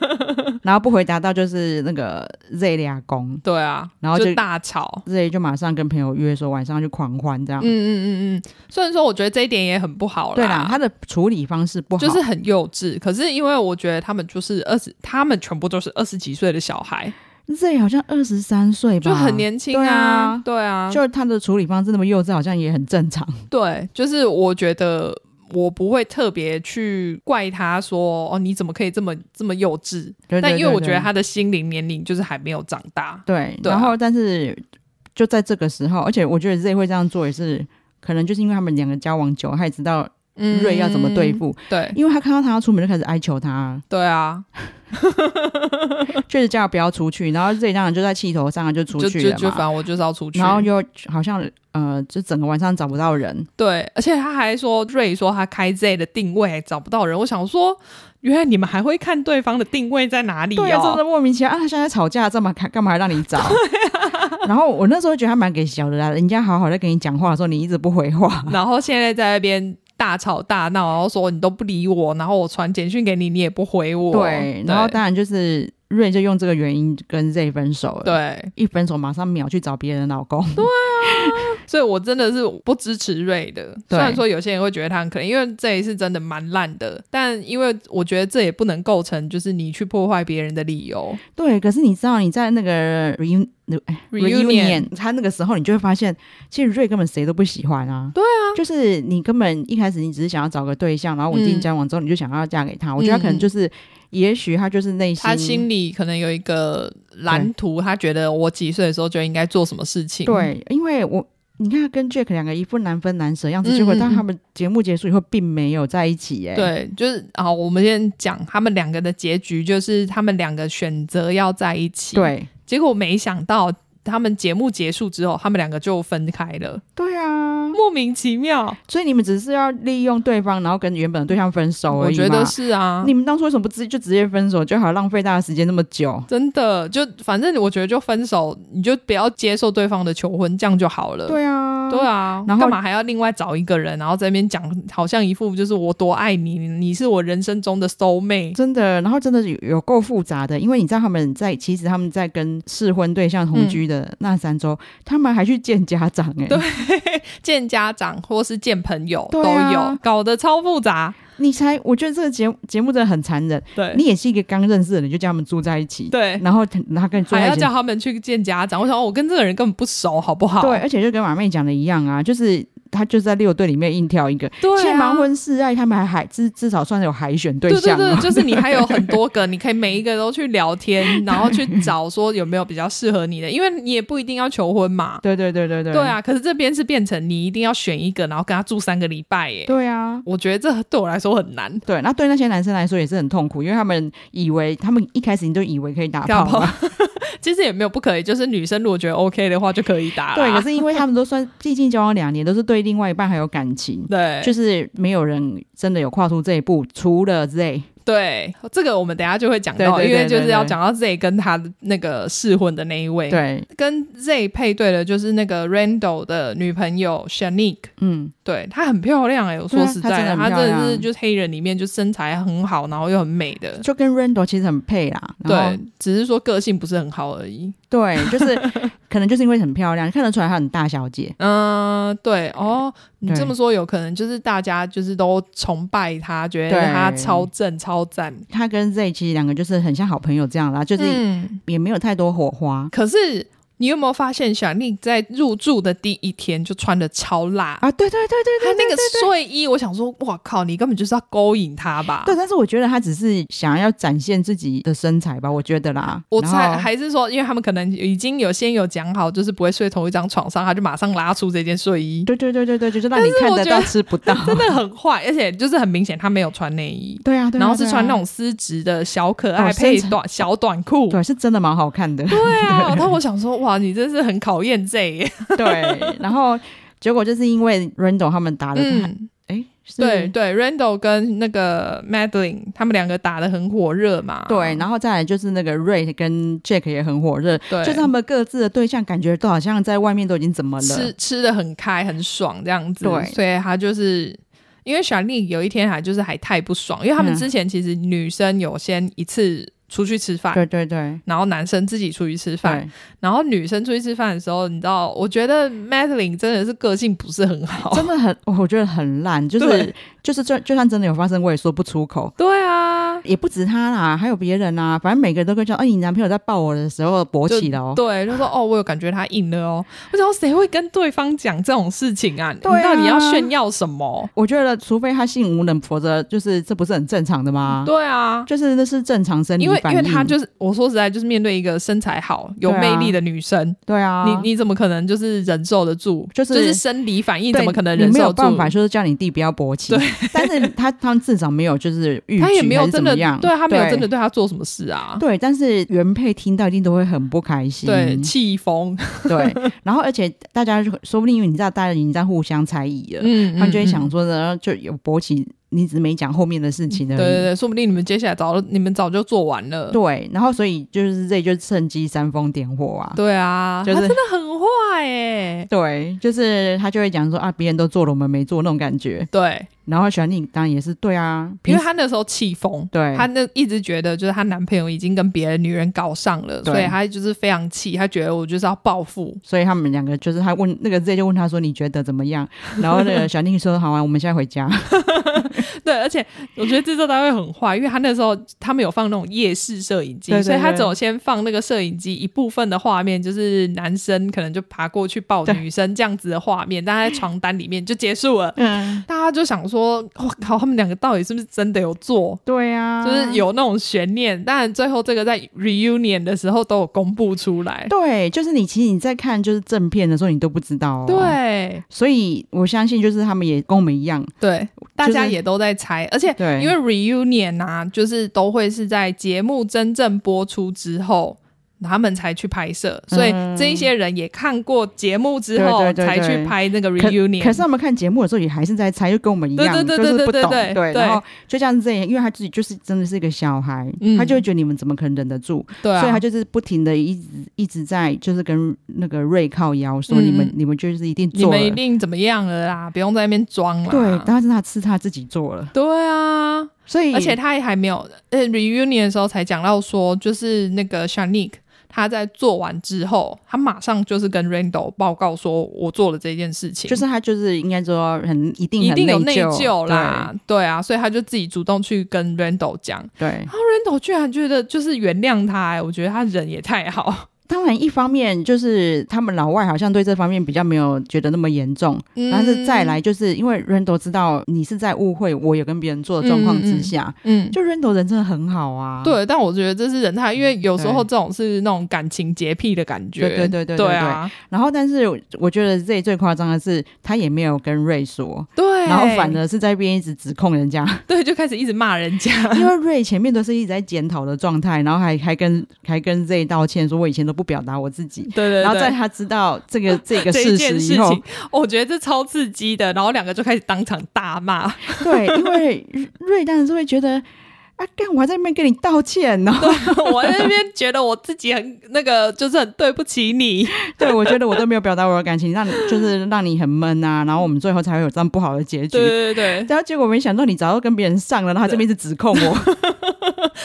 S1: 然后不回答到就是那个 Z 俩公
S2: 对啊，
S1: 然后就
S2: 就大吵。
S1: ，Z 就马上跟朋友约说晚上去狂欢这样。
S2: 嗯嗯嗯嗯，虽然说我觉得这一点也很不好啦，
S1: 对啦，他的处理方式不好，
S2: 就是很幼稚。可是因为我觉得他们就是二十，他们全部都是二十几岁的小孩，
S1: Z 好像二十三岁吧，
S2: 就很年轻啊，对啊，
S1: 对啊。就他的处理方式那么幼稚，好像也很正 常。
S2: 对，就是我觉得我不会特别去怪他说哦，你怎么可以这么这么幼稚？
S1: 对对
S2: 但因为
S1: 对
S2: 我觉得
S1: 对
S2: 他的心灵年龄就是还没有长大，
S1: 对，
S2: 对啊
S1: 然后但是就在这个时候，而且我觉得 Z 会这样做也是，可能就是因为他们两个交往久，他也知道
S2: 嗯
S1: 瑞要怎么对？付，
S2: 对
S1: 因为他看到他要出门就开始哀求他，
S2: 对啊，
S1: 确实叫他不要出去，然后 Z 当然就在气头上啊就出
S2: 就
S1: 去
S2: 就
S1: 了
S2: 就
S1: 嘛
S2: 反。正我就是要出去，
S1: 然后又好像呃，就整个晚上找不到人，
S2: 对，而且他还说瑞说他开 Z 的定位还找不到人，我想说。原来你们还会看对方的定位在哪里、哦？
S1: 对啊，真的莫名其妙啊！他现在吵架，这么干干嘛还让你 找？然后 我那时候觉得他蛮给小的啦，人家好好在跟你讲话的时候，你一直不回话，
S2: 然后现在在那边大吵大闹，然后说你都不理我，然后我传简讯给你，你也不回我。
S1: 对，然后当然就是瑞就用这个原因跟 Z 分手了。，
S2: 对，
S1: 一分手马上秒去找别人的老公。
S2: 所以我真的是不支持瑞的。
S1: 对
S2: 虽然说有些人会觉得他很可怜，因为这一次真的蛮烂的，但因为我觉得这也不能构成就是你去破坏别人的理由。
S1: 对，可是你知道你在那个 reun 哎
S2: Reunion
S1: 他那个时候，你就会发现，其实瑞根本谁都不喜欢啊。对啊，就是你根本一开始你只是想要找个对象，然后稳定
S2: 嗯
S1: 交往之后，你就想要嫁给他。我觉得他可能就是，也许他就是内心
S2: 他心里可能有一个蓝图，他觉得我几岁的时候就应该做什么事情。，
S1: 对，因为我。你看，他跟 Jack 两个一副难分难舍的样子，
S2: 嗯
S1: 结果
S2: 嗯
S1: 当
S2: 嗯
S1: 他们节目结束以后，并没有在一起、欸耶。
S2: 对，就是好，我们先讲他们两个的结局，就是他们两个选择要在一起。，
S1: 对
S2: 结果没想到他们节目结束之后，他们两个就分开了，
S1: 对啊，
S2: 莫名其妙。
S1: 所以你们只是要利用对方，然后跟原本的对象分手而
S2: 我
S1: 已
S2: 觉
S1: 嘛
S2: 得是啊，
S1: 你们当初为什么不直就直接分手就好，浪费大家时间那么久？
S2: 真的就反正我觉得就分手，你就不要接受对方的求婚，这样就好了。。
S1: 对啊，
S2: 对啊，
S1: 然后
S2: 干嘛还要另外找一个人，然后在那边讲，好像一副就是我多爱你，你是我人生中的 soul mate。
S1: 真的，然后真的有有够复杂的，因为你知道他们在其实他们在跟适婚对象同居的那三周，他们还去见家长哎、
S2: 对见家长或是见朋友都
S1: 对
S2: 有，
S1: 啊
S2: 搞得超复杂。
S1: 你才我觉得这个节目节目真的很残忍，
S2: 对，
S1: 你也是一个刚认识的人就叫他们住在一起，
S2: 对，
S1: 然后他跟你住
S2: 还
S1: 在
S2: 要
S1: 一起
S2: 叫。他们去见家长。我想哦我跟这个人根本不熟，好不好？
S1: 对，而且就跟马妹讲的一样啊，就是他就在六队里面硬挑一个，
S2: 对、啊，
S1: 现在盲婚试爱，他们还还至至少算是有海选对
S2: 对对
S1: 象、
S2: 对
S1: 哦，，
S2: 就是你还有很多 个，你可以每一个都去聊天，然后去找说有没有比较适合你的，因为你也不一定要求婚嘛。
S1: 对对对对对，
S2: 对，啊，可是这边是变成你一定要选一个，然后跟他住三个礼拜耶。
S1: 对啊，
S2: 我觉得这对我来说很难。
S1: 对，那对那些男生来说也是很痛苦，因为他们以为他们一开始你就以为可以打
S2: 打
S1: 炮啊嘛，
S2: 其实也没有不可以，就是女生如果觉得 OK 的话就可以打啦。
S1: 对，可是因为他们都算，毕竟交往两年，都是对另外一半还有感情，
S2: 对，
S1: 就是没有人真的有跨出这一步，除了 Z，
S2: 对，这个我们等一下就会讲到，
S1: 对对
S2: 因为
S1: 对对
S2: 就是要
S1: 对
S2: 讲到 Z 跟他那个试婚的那一位，，
S1: 对，
S2: 跟 Z 配对的就是那个 Randall 的女朋友 Shanique。
S1: 嗯，
S2: 对她很漂亮哎、我
S1: 对啊
S2: 说实在的，
S1: 她真的
S2: 她
S1: 很漂
S2: 真
S1: 亮
S2: 的是就是黑人里面就身材很好，然后又很美的，
S1: 就跟 Randall 其实很配啦，然
S2: 对
S1: 后，
S2: 只是说个性不是很好而已。
S1: 对，就是可能就是因为很漂亮，看得出来她很大小姐，
S2: 嗯，对哦，你
S1: 对
S2: 这么说有可能就是大家就是都崇拜她，觉得
S1: 对
S2: 她超正超赞，
S1: 她跟 Z 其实两个就是很像好朋友这 样啦，就是
S2: 嗯，
S1: 也没有太多火花。
S2: 可是你有没有发现，小丽在入住的第一天就穿的超辣？
S1: 啊，对对对对对，
S2: 她 那个睡衣，我想说，哇靠，你根本就是要勾引她吧？
S1: 对，但是我觉得她只是想要展现自己的身材吧，我觉得啦。
S2: 我
S1: 然
S2: 猜
S1: 后
S2: 还是说，因为他们可能已经有先有讲好，就是不会睡同一张床上，她就马上拉出这件 睡衣，
S1: 对对对对对，就是让你
S2: 但是
S1: 看
S2: 我
S1: 得
S2: 觉得
S1: 到吃不 到。啊
S2: 真的很坏，而且就是很明显她没有穿内衣，
S1: 对啊，对啊，
S2: 然后是
S1: 对啊
S2: 穿那种丝质的小可爱
S1: 哦
S2: 配
S1: 身材
S2: 短小短裤。
S1: 对，是真的蛮好看的。
S2: 对啊，然后我想说，哇，你真是很考验 Z 耶。
S1: 对，然后结果就是因为 Randall 他们打的，哎、
S2: 嗯，
S1: 是
S2: 对对，Randall 跟那个 Madeline 他们两个打的很火热嘛。
S1: 对，然后再来就是那个 Ray 跟 Jack 也很火热，
S2: 对，
S1: 就是他们各自的对象，感觉都好像在外面都已经怎么了
S2: 吃。吃的很开很爽这样子。
S1: 对
S2: 所以他就是因为小丽有一天还就是还太不爽，因为他们
S1: 嗯
S2: 之前其实女生有先一次出去吃饭。
S1: 对对对，
S2: 然后男生自己出去吃饭，
S1: 对，
S2: 然后女生出去吃饭的时候，你知道，我觉得 Madeline 真的是个性不是很好，
S1: 真的很，哦我觉得很烂，就是
S2: 哦对
S1: 就是就就算真的有发生，我也说不出口。
S2: 对啊，
S1: 也不止他啦，还有别人啦，反正每个人都跟我讲，哎、你男朋友在抱我的时候勃起了哦。
S2: 对，就说哦，我有感觉他硬了哦。我想说谁会跟对方讲这种事情啊？
S1: 对啊
S2: 你到底要炫耀什么？
S1: 我觉得，除非他性无能，否则就是这不是很正常的吗？
S2: 对啊，
S1: 就是那是正常生理
S2: 因为
S1: 反
S2: 因
S1: 应。
S2: 为他就是我说实在，就是面对一个身材好、有
S1: 对
S2: 魅
S1: 啊
S2: 力的女生，
S1: 对啊，
S2: 你你怎么可能就是忍受得住？
S1: 就是
S2: 生理反应
S1: 对
S2: 怎么可能
S1: 你
S2: 忍
S1: 没有
S2: 受住？
S1: 办法，就是叫你弟不要勃起。但是他他们至少没有就是欲
S2: 他也
S1: 举
S2: 没
S1: 还
S2: 有
S1: 是
S2: 真
S1: 怎
S2: 的
S1: 么样，
S2: 对他没有真的
S1: 对。
S2: 对他做什么事啊？
S1: 对但是原配听到一定都会很不开心，
S2: 对，气疯，
S1: 对 然后而且大家就说不定因为你知道大家已经在互相猜疑了，
S2: 嗯
S1: 他们就会想
S2: 嗯
S1: 说呢，就有勃起，你只是没讲后面的事情而
S2: 对
S1: 已。
S2: 对对，说不定你们接下来早你们早就做完了。
S1: 对啊然后所以就是这就趁机煽风点火啊，
S2: 对啊，
S1: 就
S2: 他
S1: 是
S2: 真的很坏哎、
S1: 对，就是他就会讲说啊，别人都做了，我们没做那种感觉。
S2: 对，
S1: 然后喜欢你当然也是对啊，
S2: 因
S1: 平
S2: 为
S1: 时
S2: 她那时候气疯，
S1: 对
S2: 她那一直觉得就是她男朋友已经跟别的女人搞上了，
S1: 对
S2: 所以她就是非常气，她觉得我就是要报复。
S1: 所以他们两个就是他问那个 Z 就问他说你觉得怎么 样？然后那个小宁说好啊，我们现在回家。
S2: 对，而且我觉得制作单位很坏，因为他那时候他们有放那种夜视摄影机，
S1: 对对
S2: 所以他
S1: 对
S2: 只有先放那个摄影机一部分的画面，就是男生可能就爬过去抱
S1: 对
S2: 女生这样子的画面，但他在床单里面就结束了。
S1: 嗯，
S2: 大家就想说，我靠，他们两个到底是不是真的有做？
S1: 对啊，
S2: 就是有那种悬念，当然最后这个在 reunion 的时候都有公布出来。
S1: 对，就是你其实你在看就是正片的时候你都不知道、哦，。
S2: 对
S1: 所以我相信，就是他们也跟我们一样，
S2: 对，大家
S1: 就是
S2: 也都在猜，而且
S1: 对，
S2: 因为 reunion 啊，就是都会是在节目真正播出之后。他们才去拍摄，所以
S1: 嗯
S2: 这一些人也看过节目之后
S1: 对对对对
S2: 才去拍那个
S1: 可
S2: reunion。
S1: 可是他们看节目的时候也还是在猜，就跟我们一样，
S2: 对对对
S1: 就是
S2: 对
S1: 不
S2: 对
S1: 懂，
S2: 对对
S1: 然后就像这样，因为他自己就是真的是一个小孩，
S2: 嗯
S1: 他就会觉得你们怎么可能忍得住，
S2: 对啊，
S1: 所以他就是不停的一直一直在就是跟那个瑞靠腰说，
S2: 嗯
S1: 你们你们就是一定
S2: 你
S1: 做了，
S2: 们一定怎么样了啦，不用在那边装啦。
S1: 对，但是他是他自己做了，
S2: 对啊，
S1: 所以
S2: 而且他也还没有，呃，reunion 的时候才讲到说，就是那个 Shanique 他在做完之后，他马上就是跟 Randall 报告说，我做了这件事情，
S1: 就是他就是应该说很一定
S2: 一
S1: 很
S2: 定有内
S1: 疚
S2: 疚啦，对啊，所以他就自己主动去跟 Randall 讲
S1: 对，对。
S2: ，Randall 居然觉得就是原谅他、欸，我觉得他人也太好，
S1: 当然，一方面就是他们老外好像对这方面比较没有觉得那么严重，
S2: 嗯
S1: 但是再来，就是因为 Rando 知道你是在误会我有跟别人做的状况之下，
S2: 嗯。
S1: 就 Rando 人真的很好啊。
S2: 对，但我觉得这是人太，因为有时候
S1: 对
S2: 这种是那种感情洁癖的感觉，
S1: 对对对对对
S2: 对啊，
S1: 然后，但是我我觉得这最夸张的是，他也没有跟瑞说，
S2: 对，
S1: 然后反而是在一边一直指控人家，
S2: 对就开始一直骂人家，
S1: 因为瑞前面都是一直在检讨的状态，然后还还跟还跟 Z 道歉，说我以前都不表达我自己。
S2: 对对对，
S1: 然后在他知道这 个这个
S2: 这
S1: 事
S2: 一件
S1: 实
S2: 事
S1: 以后
S2: 情，，我觉得这超刺激的，然后两个就开始当场大 骂，
S1: 对，因为瑞当然是会觉得啊，干我还在那边跟你道歉呢、
S2: 我在那边觉得我自己很那个，就是很对不起你，
S1: 对，我觉得我都没有表达我的感情，让你就是让你很闷啊，然后我们最后才会有这样不好的结局。
S2: 对对对，
S1: 然后结果没想到你早就跟别人上了，然后他这边一直指控我，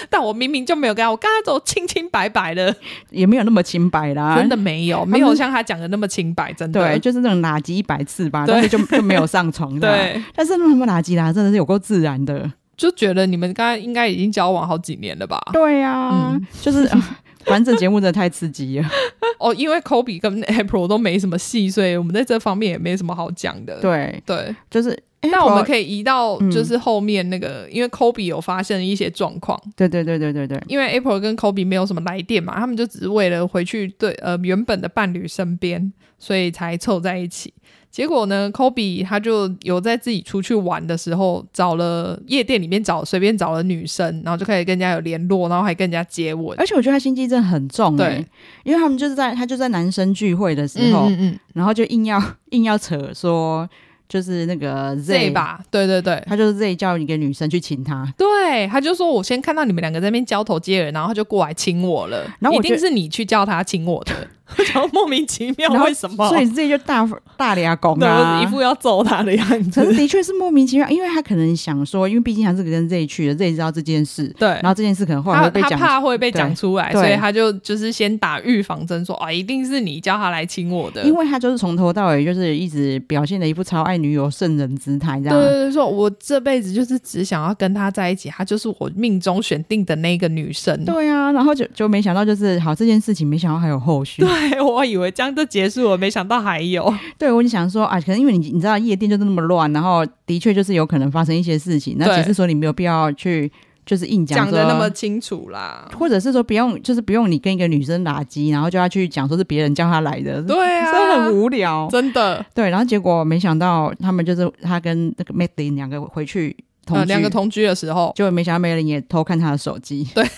S2: 但我明明就没有跟他，我跟他走清清白白的，
S1: 也没有那么清白啦。
S2: 真的没有，
S1: 们
S2: 没有像他讲的那么清白，真
S1: 对，
S2: 的。
S1: 就是那种垃圾一百次吧，
S2: 对
S1: 但是就就没有上床的。，
S2: 对，
S1: 但是那么垃圾啦，真的是有够自然的。
S2: 就觉得你们刚才应该已经交往好几年了吧？
S1: 对呀、啊，就是。 啊反正这节目真的太刺激了，
S2: 哦，因为 Kobe 跟 April 都没什么戏，所以我们在这方面也没什么好讲的。
S1: 对，
S2: 对，
S1: 就是。哎
S2: 那我们
S1: April-
S2: 可以移到
S1: 嗯
S2: 就是后面那个，因为 Kobe 有发现一些状况，
S1: 对对对对对对，
S2: 因为 April 跟 Kobe 没有什么来电嘛，他们就只是为了回去对呃原本的伴侣身边，所以才凑在一起。结果呢，Kobe 他就有在自己出去玩的时候，找了夜店里面找随便找了女生，然后就开始跟人家有联络，然后还跟人家接吻。
S1: 而且我觉得他心机真的很重、欸，
S2: 对，
S1: 因为他们就是在他就在男生聚会的时候，
S2: 嗯，
S1: 然后就硬要 硬要扯说，就是那个 Z,
S2: 这吧，对对对。
S1: 他就是 Z 叫一个女生去亲他，
S2: 对，他就说我先看到你们两个在那边交头接耳，然后他就过来亲我了。
S1: 然后
S2: 一
S1: 我
S2: 定
S1: 觉得
S2: 是你去叫他亲我的， 然后莫名其妙
S1: 然后
S2: 为什么？
S1: 所以 Z 就大大俩拱
S2: 对我
S1: 啊
S2: 一。副要揍他的样
S1: 可
S2: 子
S1: 是。的确是莫名其妙，因为他可能想说，因为毕竟他是跟 Z 去的，Z 知道这件事，
S2: 对，
S1: 然后这件事可能后来
S2: 他
S1: 会被
S2: 他
S1: 讲。
S2: 怕会被讲出来，
S1: 对
S2: 所以
S1: 对
S2: 他就就是先打预防针，说啊，一定是你叫他来亲我的。
S1: 因为他就是从头到尾就是一直表现的一副超爱女友圣人姿态，这
S2: 对
S1: 样
S2: 对对，说我这辈子就是只想要跟他在一起，他就是我命中选定的那个女生。
S1: 对啊，然后就就没想到就是好这件事情，没想到还有后续。
S2: 对，我以为这样就结束了，没想到还有。
S1: 对，我就想说啊，可能因为你你知道夜店就是那么乱，然后的确就是有可能发生一些事情，那
S2: 对
S1: 只是说你没有必要去就是硬
S2: 讲
S1: 说
S2: 的那么。清楚啦。
S1: 或者是说不用，就是不用你跟一个女生垃圾，然后就要去讲说是别人叫她来的，
S2: 对啊，
S1: 这很无聊。
S2: 真的，
S1: 对，然后结果没想到他们就是他跟那个 Madeline 两个回去同
S2: 呃，
S1: 居，
S2: 两个同居的时候，
S1: 就没想到 Madeline 也偷看他的手机。
S2: 对，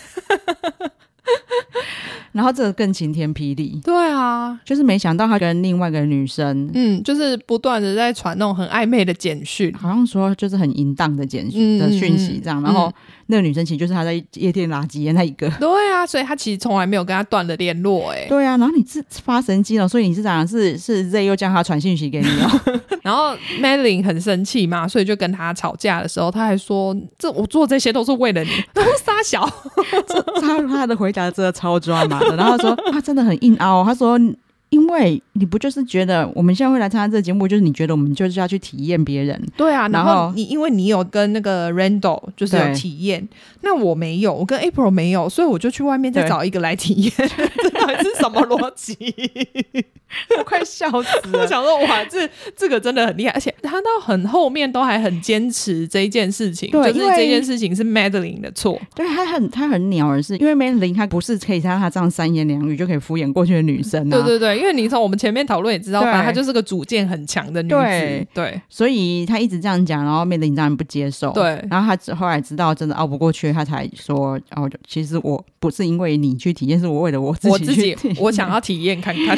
S1: 然后这个更晴天霹雳，
S2: 对啊，
S1: 就是没想到他跟另外一个女生，
S2: 嗯，就是不断的在传那种很暧昧的简讯，
S1: 好像说就是很淫荡的简
S2: 嗯
S1: 讯的
S2: 嗯
S1: 讯息这样，
S2: 嗯
S1: 然后那个女生其实就是她在夜店垃圾的那一个。
S2: 对啊，所以他其实从来没有跟他断了联络、欸，
S1: 对啊，然后你是发神经了，所以你是当然是是 Z 又叫他传讯息给你哦，
S2: 然后 Madeline 很生气嘛，所以就跟他吵架的时候，他还说：“这我做这些都是 为了你。”然后傻小，
S1: 他他的回答真的超抓马的，然后他说他真的很硬凹，他说。因为你不就是觉得我们现在会来参加这个节目，就是你觉得我们就是要去体验别人，
S2: 对啊，然
S1: 然
S2: 后
S1: 后
S2: 你因为你有跟那个 Randall 就是有
S1: 对
S2: 体验，那我没有，我跟 April 没有，所以我就去外面再
S1: 对
S2: 找一个来体验，这到底是什么逻 辑？
S1: 我快笑死
S2: 我
S1: 了。
S2: 想说，哇，这这个真的很厉害，而且他到很后面都还很坚持这一件事情，就
S1: 对
S2: 是
S1: 因为
S2: 这件事情是 Madeline 的错，
S1: 对，她很她很鸟儿是，因为梅林她不是可以像她这样三言两语就可以敷衍过去的女生啊，
S2: 对对对，因为你从我们前面讨论也知道，
S1: 对
S2: 反正她就是个主见很强的女子，对
S1: 对
S2: 对
S1: 所以她一直这样讲，然后梅林当然不接受，。然后她只后来知道真的熬不过去，她才说哦，其实我不是因为你去体验，是我为了我自
S2: 我
S1: 己
S2: 自
S1: 去
S2: 己
S1: 体验。
S2: 我想要体验 看看，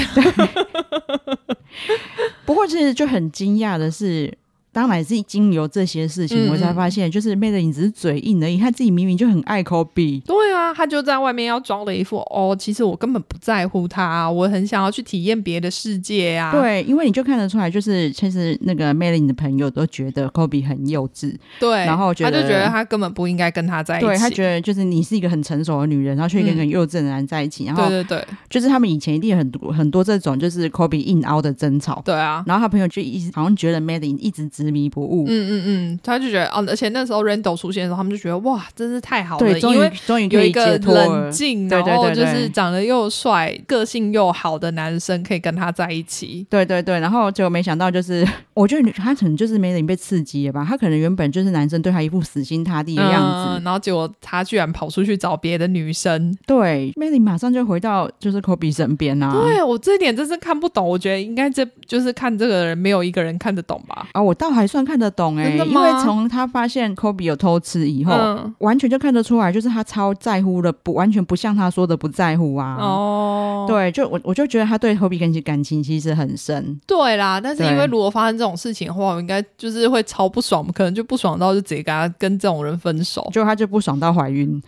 S1: 不过其实就很惊讶的是，当然是经由这些事情，
S2: 嗯嗯
S1: 我才发现，就是妹的你只是嘴硬而已，她自己明明就很爱抠鼻。
S2: 对啊，他就在外面要装了一副哦，其实我根本不在乎他、啊我很想要去体验别的世界啊。，
S1: 对，因为你就看得出来，就是其实那个 Melody 的朋友都觉得 Kobe 很幼稚，
S2: 对，
S1: 然后觉
S2: 他
S1: 得
S2: 就觉得他根本不应该跟他在一起。
S1: 对他觉得就是你是一个很成熟的女人，然后却跟一个
S2: 嗯
S1: 很幼稚的男人在一起，然
S2: 对
S1: 后
S2: 对对
S1: 就是他们以前一定有很多很多这种就是 Kobe 硬凹的争吵，
S2: 对啊。
S1: 然后他朋友就一直好像觉得 Melody 一直执迷不悟，
S2: 嗯嗯嗯，他就觉得哦，而且那时候 Randall 出现的时候，他们就觉得哇，真是太好了，
S1: 对，终
S2: 因为
S1: 于终于
S2: 有
S1: 可
S2: 一
S1: 以
S2: 个
S1: 解脱
S2: 冷
S1: 了。
S2: 静，
S1: 对对
S2: 然后
S1: 对
S2: 就
S1: 对
S2: 是长得又帅、个性又好的男生可以跟他在一起。
S1: 对对对，然后就没想到，就是我觉得女她可能就是梅林被刺激了吧，她可能原本就是男生对她一副死心塌地的样子，
S2: 嗯，然后结果他居然跑出去找别的女生，
S1: 对，梅林马上就回到就是科比身边啊。
S2: 对我这一点真是看不懂，我觉得应该这就是看这个人没有一个人看得懂吧。
S1: 啊，我倒还算看得懂哎、
S2: 真的
S1: 因
S2: 吗
S1: 为从他发现科比有偷吃以后。
S2: 嗯，
S1: 完全就看得出来，就是他超在乎的，不完全不像他说的不在乎啊。
S2: 哦，
S1: 对，就我我就觉得他对科比跟感情其实很深。
S2: 对啦，但是因为
S1: 对
S2: 如果发生这种事情的话，我应该就是会超不爽，可能就不爽到就直接跟他跟这种人分手，
S1: 就他就不爽到怀孕，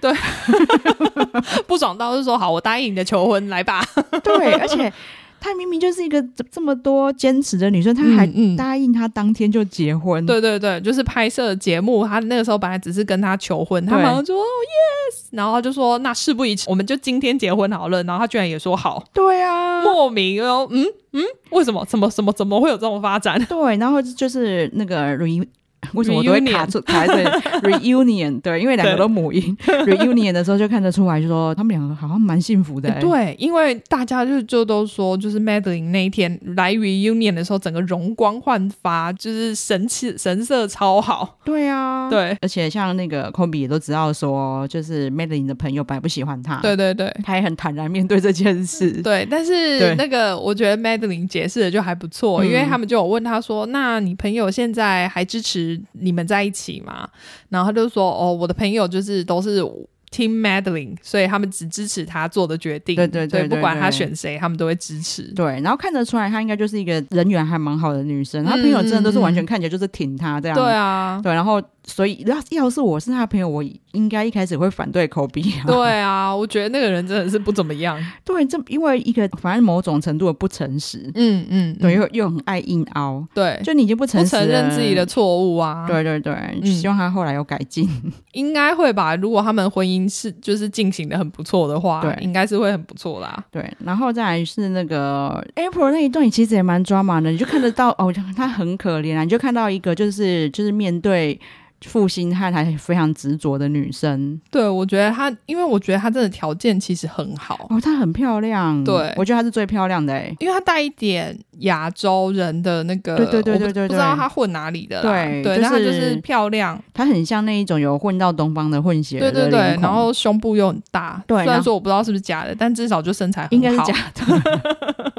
S2: 不爽到就说好，我答应你的求婚，来吧。
S1: 对，而且她明明就是一个这这么多坚持的女生，她 还
S2: 嗯嗯
S1: 答应他当天就结婚，
S2: 对对对，就是拍摄节目，他那个时候本来只是跟他求婚，他
S1: 对
S2: 马上就说哦 yes，然后他就说那事不宜迟，我们就今天结婚好了，然后他居然也说好，
S1: 对啊，
S2: 莫名哦，嗯嗯，为什么？怎么什么怎么会有这种发展？
S1: 对，然后就是那个 re。为什么我都会
S2: Reunion
S1: 卡住卡在这 里 reunion？对，因为两个
S2: 对
S1: 都母 婴 reunion 的时候就看得出来，就说他们两个好像蛮幸福的、欸。
S2: 对，因为大家就就都说，就是 Madeline 那一天来 reunion 的时候，整个容光焕发，就是神气神色超好。
S1: 对啊，。
S2: 对，
S1: 而且像那个 Kobe 也都知道说，就是 Madeline 的朋友本来不喜欢他，
S2: 对，对对。
S1: 他也很坦然面对这件事。
S2: 对，但是
S1: 对
S2: 那个我觉得 Madeline 解释的就还不错，因为
S1: 嗯
S2: 他们就有问他说：“那你朋友现在还支持你们在一起吗？”然后他就说：“哦，我的朋友就是都是 Team Madeline，所以他们只支持他做的决定，
S1: 对对对
S2: 所以不
S1: 对
S2: 管
S1: 对
S2: 他选谁，他们都会支持。”
S1: 对，然后看得出来，她应该就是一个人缘还蛮好的女生。她
S2: 嗯
S1: 朋友真的都是完全看起来就是挺她这样。
S2: 对啊，
S1: 对然后所以要要是我是她朋友，我应该一开始会反对口鼻、 啊。
S2: 对啊，我觉得那个人真的是不怎么样。
S1: 对，这因为一个反正某种程度的不诚实，
S2: 嗯嗯，
S1: 对，又又很爱硬凹，
S2: 对，
S1: 就你已经不
S2: 不
S1: 诚实了，
S2: 承认自己的。错误啊。，
S1: 对对对，希望她后来有改进。
S2: 应该会吧。如果他们婚姻是就是进行的很不错的话，
S1: 对
S2: 应该是会很不错啦。
S1: 对，然后再来是那个 April 那一段，其实也蛮抓马的，你就看得到哦，她很可怜啊，你就看到一个就是就是面对负心汉还非常执着的女生
S2: 对，我觉得他，因为我觉得他真的条件其实很好，
S1: 哦，她很漂亮，
S2: 对
S1: 我觉得她是最漂亮的哎、
S2: 因为他带一点亚洲人的那个，
S1: 对对对
S2: 我不
S1: 对对对
S2: 不知道他混哪里的啦。
S1: 对
S2: 呃啊对，
S1: 就是
S2: 但他就是漂亮，
S1: 她很像那一种有混到东方的混血
S2: 对
S1: 的
S2: 对
S1: 脸
S2: 对，
S1: 孔
S2: 然后胸部又很大。
S1: 对
S2: 虽
S1: 然
S2: 然
S1: 后
S2: 说我不知道是不是假的，但至少就身材很好。
S1: 应该是假的。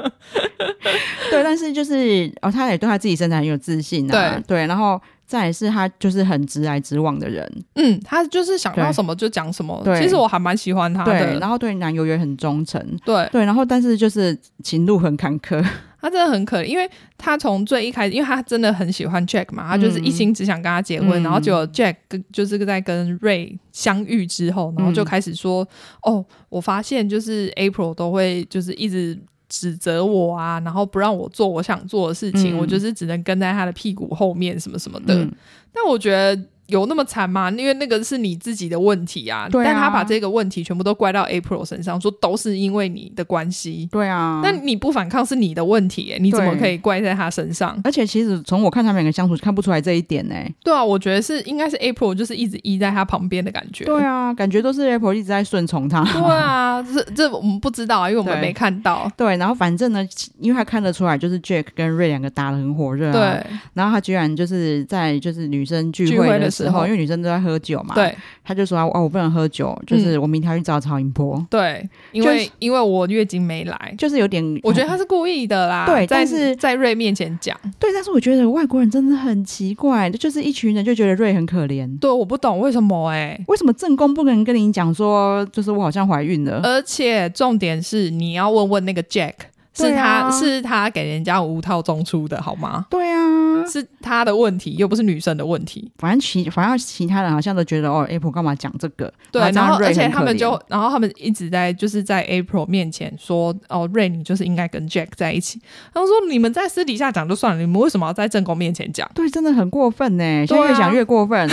S1: 对，但是就是哦，他也对他自己身材很有自信啊。
S2: 对
S1: 然后再来是他就是很直来直往的人，
S2: 嗯，他就是想到
S1: 对
S2: 什么就讲什么。
S1: 对
S2: 其实我还蛮喜欢他
S1: 对，
S2: 的。
S1: 然后对男友也很忠诚，
S2: 对，
S1: 对，然后但是就是情路很坎 坷，
S2: 他真的很可怜，因为他从最一开始，因为他真的很喜欢 Jack 嘛，他就是一心只想跟他结婚，
S1: 嗯
S2: 然后结果 Jack 跟就是在跟 Ray 相遇
S1: 嗯
S2: 之后，然后就开始说：“哦，我发现就是 April 都会就是一直。”指责我啊，然后不让我做我想做的事情，
S1: 嗯
S2: 我就是只能跟在他的屁股后面什么什么的。
S1: 嗯
S2: 但我觉得有那么惨吗？因为那个是你自己的问题啊。
S1: 对啊
S2: 但他把这个问题全部都怪到 April 身上，说都是因为你的关系。
S1: 对啊，
S2: 但你不反抗是你的问题耶、你怎么
S1: 对
S2: 可以怪在他身上？
S1: 而且其实从我看他们两个相处看不出来这一点欸呢、
S2: 对啊，我觉得是应该是 April 就是一直依在他旁边的感觉。
S1: 对啊，感觉都是 Apple 一直在顺从他。
S2: 对啊，这这我们不知道啊，因为我们
S1: 对
S2: 没看到。
S1: 对，然后反正呢，因为他看得出来，就是 Jack 跟瑞两个打的很火热、啊，
S2: 对
S1: 然后他居然就是在就是女生聚会的时
S2: 聚会的时候
S1: 候，因为女生都在喝酒嘛，，
S2: 对嗯
S1: 他就说哦，我不能喝酒，就是我明天要去找曹音波，
S2: 对，因
S1: 就是
S2: 为、因为我月经没来，
S1: 就是有点，
S2: 我觉得他是故意的啦。
S1: 对
S2: 在
S1: 但是
S2: 在瑞面前讲，
S1: 对，但是我觉得外国人真的很奇怪，就是一群人就觉得瑞很可怜，
S2: 对，我不懂为什么哎、
S1: 为什么正宫不能跟你讲说，就是我好像怀孕了？
S2: 而且重点是你要问问那个 Jack，是
S1: 对
S2: 他、
S1: 啊
S2: 是他给人家无套中出的好吗？
S1: 对啊，
S2: 是他的问题，又不是女生的问题。
S1: 反正其反正其他人好像都觉得哦，Apple 干嘛讲这个？这
S2: 对，然
S1: 样
S2: 后
S1: 瑞
S2: 而且
S1: 很
S2: 他
S1: 可
S2: 们
S1: 怜
S2: 就，然后他们一直在就是在 April 面前说，哦，瑞你就是应该跟 Jack 在一起。然后说你们在私底下讲就算了，你们为什么要在正宫面前讲？
S1: 对，真的很过分呢，现
S2: 对
S1: 在
S2: 啊
S1: 越想越过 分。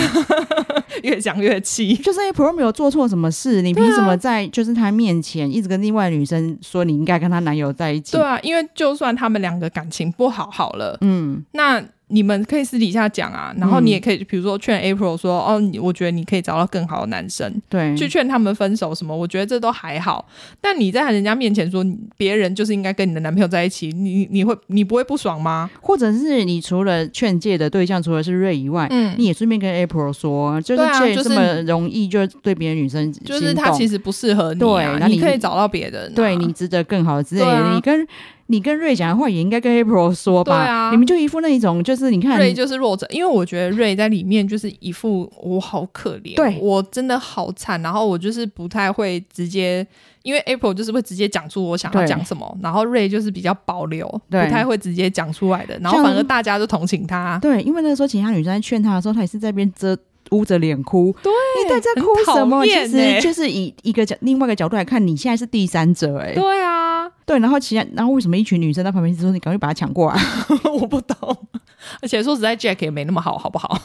S2: 越讲越气。
S1: 就是 April 没有做错什么事，
S2: 啊
S1: 你凭什么在就是他面前一直跟另外女生说你应该跟她男友在一起？
S2: 对啊，因为就算他们两个感情不好好了，
S1: 嗯，
S2: 那你们可以私底下讲啊，然后
S1: 嗯
S2: 你也可以，比如说劝 April 说，哦，你我觉得你可以找到更好的男生，
S1: 对，
S2: 去劝他们分手什么，我觉得这都还好。但你在人家面前说你别人就是应该跟你的男朋友在一起，你你会你不会不爽吗？
S1: 或者是你除了劝诫的对象除了是瑞以外，
S2: 嗯
S1: 你也顺便跟 April 说，就是
S2: 对啊
S1: J
S2: 就是
S1: 这么容易就对别的女生心动，
S2: 就是他其
S1: 实
S2: 实不适合你、
S1: 对
S2: 啊，
S1: 那
S2: 你
S1: 你
S2: 可以找到别人、啊，
S1: 对你值得更好的之类的。
S2: 对啊
S1: 你跟你跟瑞讲的话也应该跟 April 说吧，
S2: 对啊
S1: 你们就一副那一种就是你看
S2: 瑞就是弱者，因为我觉得瑞在里面就是一副我好可怜，
S1: 对
S2: 我真的好惨，然后我就是不太会直接，因为 April 就是会直接讲出我想要
S1: 对
S2: 讲什么，然后瑞就是比较保留，不
S1: 对
S2: 太会直接讲出来的，然后
S1: 像
S2: 反而大家就同情他，
S1: 对，因为那时候其他女生在劝他的时候，他也是在那边遮捂着脸哭。
S2: 对
S1: 你在这哭
S2: 很讨
S1: 什么？
S2: 厌
S1: 其
S2: 欸
S1: 实就是以一个角另外一个角度来看，你现在是第三者哎、
S2: 对 啊，
S1: 对，然后其他然后为什么一群女生在旁边一直说你赶快把他抢过来？啊
S2: 我不懂， 而且说实在，Jack 也没那么好，好不好？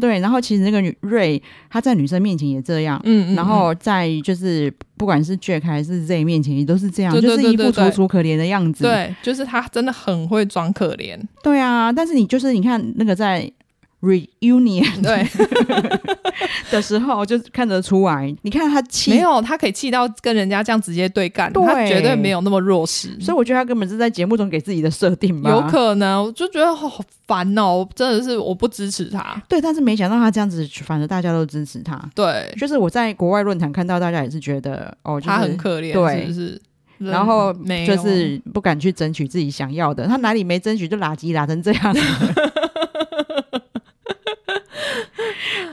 S1: 对，然后其实那个女瑞她在女生面前也这样。
S2: 嗯
S1: 然后在就是不管是 Jack 还是 Z 面前也都是这样，
S2: 对对对
S1: 就是一
S2: 对
S1: 副
S2: 对
S1: 楚楚可怜的样子。
S2: 对，就是他真的很会装可怜，
S1: 对啊，但是你就是你看那个在 reunion
S2: 对，
S1: 的时候，就看得出来，你看他气
S2: 没有他可以气到跟人家这样直接对干，
S1: 对
S2: 他绝对没有那么弱势，
S1: 所以我觉得他根本是在节目中给自己的设定吧。
S2: 有可能，我就觉得好烦哦，我真的是我不支持他。
S1: 对，但是没想到他这样子，反而大家都支持他。
S2: 对，
S1: 就是我在国外论坛看到，大家也是觉得哦，就是、
S2: 他很可哦怜，
S1: 对
S2: 是不是？
S1: 然后
S2: 人没有
S1: 就是不敢去争取自己想要的，他哪里没争取就拉鸡拉成这 样。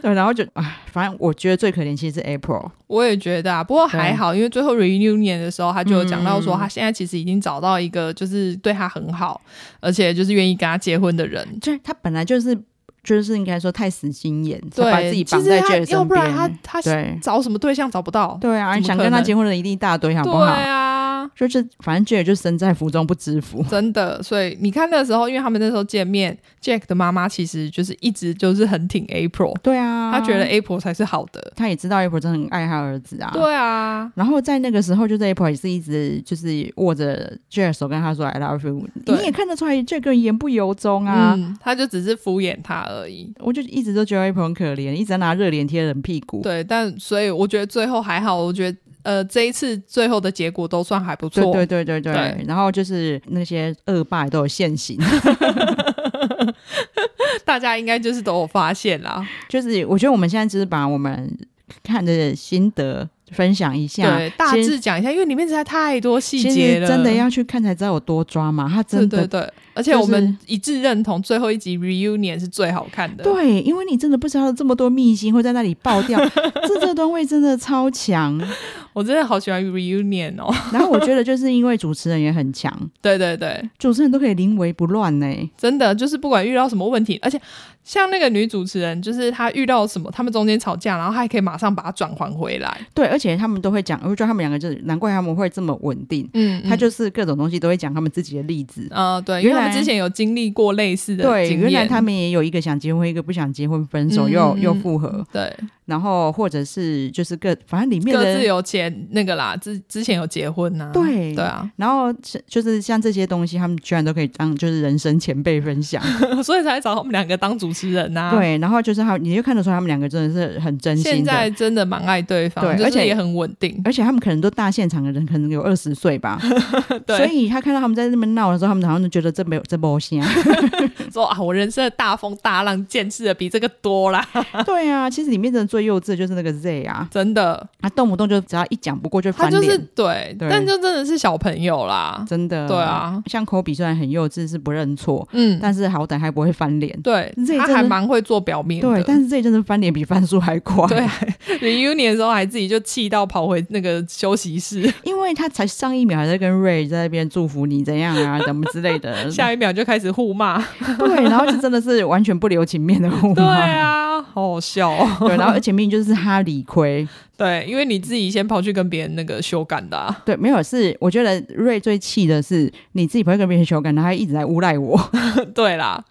S1: 对，然后就唉，反正我觉得最可怜其实是 April，
S2: 我也觉得啊，不过还好，因为最后 reunion 的时候，他就有讲到
S1: 嗯
S2: 说，他现在其实已经找到一个就是对他很好，而且就是愿意跟他结婚的人。
S1: 就是他本来就是就是应该说太死心眼，才把自己
S2: 对，其
S1: 绑
S2: 实
S1: 在
S2: 他
S1: Jack
S2: 要
S1: 身
S2: 不然他
S1: 边。
S2: 他
S1: 对
S2: 找什么对象找不到，
S1: 对啊，
S2: 怎么
S1: 想
S2: 可
S1: 跟他
S2: 能
S1: 结婚的人一定一大堆，好不
S2: 对
S1: 好？
S2: 啊。
S1: 就是反正 Jack 就身在福中不知福。
S2: 真的，所以你看那时候，因为他们那时候见面，Jack 的妈妈其实就是一直就是很挺 April，、
S1: 对啊，
S2: 她觉得 April 才是好的。
S1: 他也知道 April 真的很爱他儿子啊。。
S2: 对啊，
S1: 然后在那个时候，就是 April 也是一直就是握着 Jack 的手跟他说 “I love you”，
S2: 对
S1: 你也看得出来 Jack 根本言不由衷啊。
S2: 嗯，他就只是敷衍他而已。
S1: 我就一直都觉得 April 很可怜，一直在拿热脸贴人屁股。
S2: 对，但所以我觉得最后还好，我觉得呃这一次最后的结果都算还不错。
S1: 对对对对对
S2: 对
S1: 然后就是那些恶霸也都有现行，
S2: 大家应该就是都有发现啦。
S1: 就是我觉得我们现在只是把我们看的心得分享一下，
S2: 对，大
S1: 其实
S2: 致讲一下，因为里面实在太多细
S1: 其
S2: 节
S1: 实
S2: 了，
S1: 真的要去看才知道有多抓嘛，他
S2: 对
S1: 真的
S2: 对对，而且
S1: 就是
S2: 我们一致认同最后一集 reunion 是最好看的。
S1: 对，因为 你真的不知道这么多秘辛会在那里爆掉，这这段位真的超强。
S2: 我真的好喜欢 reunion 哦。
S1: 然后我觉得就是因为主持人也很强，
S2: 对对对，
S1: 主持人都可以临危不乱呢、
S2: 真的就是不管遇到什么问题，而且像那个女主持人，就是她遇到什么，他们中间吵架，然后她还可以马上把它转还回来。
S1: 对，而且他们都会讲，我觉得他们两个就是难怪他们会这么稳定，
S2: 嗯
S1: 他就是各种东西都会讲他们自己的例子。
S2: 啊、对，因为
S1: 原来
S2: 他们之前有经历过类似的
S1: 对，
S2: 经
S1: 原
S2: 验，
S1: 来他们也有一个想结婚，一个不想结婚，分手又、
S2: 嗯嗯嗯
S1: 又复合，
S2: 对
S1: 然后或者是就是各反正里面
S2: 各自
S1: 的
S2: 有前那个啦，之之前有结婚呐、
S1: 对
S2: 对啊，
S1: 然后是就是像这些东西，他们居然都可以当就是人生前辈分 享，
S2: 所以才找他们两个当主持人呐、。
S1: 对，然后就是他们，你就看得出来他们两个真的是很真
S2: 啊现
S1: 心的，
S2: 在真的蛮爱对方，
S1: 对
S2: 就
S1: 而
S2: 是
S1: 且
S2: 也很稳定。
S1: 而且他们可能都大现场的人，可能有二十岁吧，所
S2: 对，
S1: 以他看到他们在那边闹的时候，他们好像就觉得这 没有这不行啊，
S2: 说啊，我人生的大风大浪见识的比这个多啦，
S1: 对啊，其实里面真的最幼稚的就是那个 Z 啊，
S2: 真的。
S1: 他动不动就只要一讲不过就
S2: 他
S1: 翻
S2: 就
S1: 脸，
S2: 是对，
S1: 对
S2: 但就真的是小朋友啦。
S1: 真的，
S2: 对啊，
S1: 像科比虽然很幼稚，是不认错，
S2: 嗯，
S1: 但是好歹还不会翻脸，
S2: 对
S1: 这，也
S2: 他
S1: 真的
S2: 还蛮会做表面的。
S1: 对，但是 Z 真的翻脸比翻书还快，
S2: 对 reunion 的时候还自己就气到跑回那个休 息室，，
S1: 因为他才上一秒还在跟 Ray 在那边祝福你怎样啊，怎么之类的
S2: 下一秒就开始 互骂。
S1: 对，然后就真的是完全不留情面的互骂，
S2: 对啊，好好笑、哦。
S1: 对，然后而且明明就是他理亏，
S2: 对，因为你自己先跑去跟别人那个修改的、啊，
S1: 对，没有是，我觉得瑞最气的是你自己不会跟别人求感，然后他一直在诬赖我，
S2: 对啦，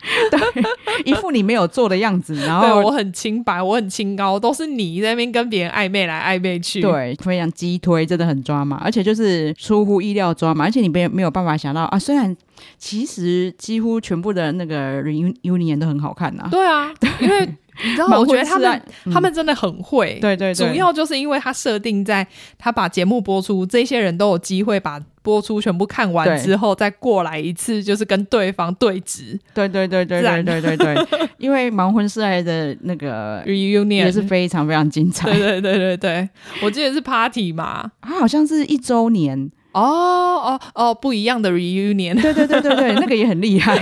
S1: 一副你没有做的样子，然
S2: 对我
S1: 后
S2: 很清白，我很清高，都是你在那边跟别人暧昧来暧昧去。
S1: 对非常击推，真的很抓马，而且就是出乎意料抓马，而且你没没有办法想到啊，虽然其实几乎全部的那个 reunion 都很好看呐、啊。
S2: 对啊，因为你知道，
S1: 蛮
S2: 我觉
S1: 会
S2: 得他
S1: 吃
S2: 们
S1: 啊、
S2: 他们真的很会。
S1: 对对
S2: 主
S1: 对，
S2: 要就是因为他设定在他把节目播出，这些人都有机会把播出全部看完
S1: 对
S2: 之后，再过来一次，就是跟对方对峙
S1: 对对对对对
S2: 赞
S1: 对对 对，因为盲婚试爱的那个
S2: reunion
S1: 也是非常非常精彩
S2: 对，对对对对，我记得是 party 嘛。
S1: 它好像是一周年，
S2: 哦哦哦，不一样的 reunion，
S1: 对对对对对， 那个也很厉害，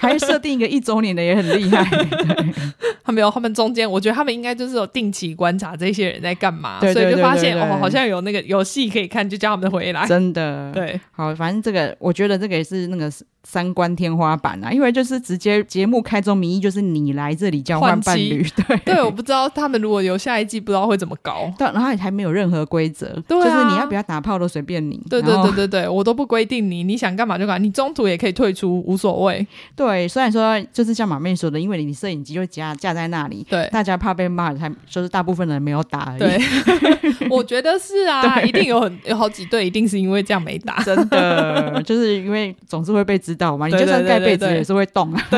S1: 还设定一个一周年的也很 厉害。
S2: 他们有他们中间，我觉得他们应该就是有定期观察这些人在干嘛，
S1: 对对
S2: 所以就
S1: 对
S2: 发
S1: 对
S2: 现
S1: 对
S2: 哦，好像有那个有戏可以看，就叫他们回来。
S1: 真的，，
S2: 对
S1: 好，反正这个我觉得这个也是那个三观天花板啊，因为就是直接节目开宗明义就是你来这里交换
S2: 换
S1: 伴
S2: 妻
S1: 侣，对
S2: 对，我不知道他们如果有下一季，不知道会怎么搞。
S1: 对，然后还没有任何规则，
S2: 对啊
S1: 就是你要不要打炮都随便你，
S2: 对对
S1: 然后
S2: 对对对，我都不规定你，你想干嘛就干嘛，你中途也可以退出，无所谓。
S1: 对，虽然说就是像马妹说的，因为你摄影机就架架在那里，
S2: 对
S1: 大家怕被骂，才就是大部分人没有打而已，
S2: 欸对，，我觉得是啊，一定有很有好几对，一定是因为这样没 打。
S1: 真的，就是因为总是会被知道嘛，你
S2: 对
S1: 就
S2: 对
S1: 算
S2: 对
S1: 盖
S2: 对
S1: 被子
S2: 对
S1: 也是会动啊。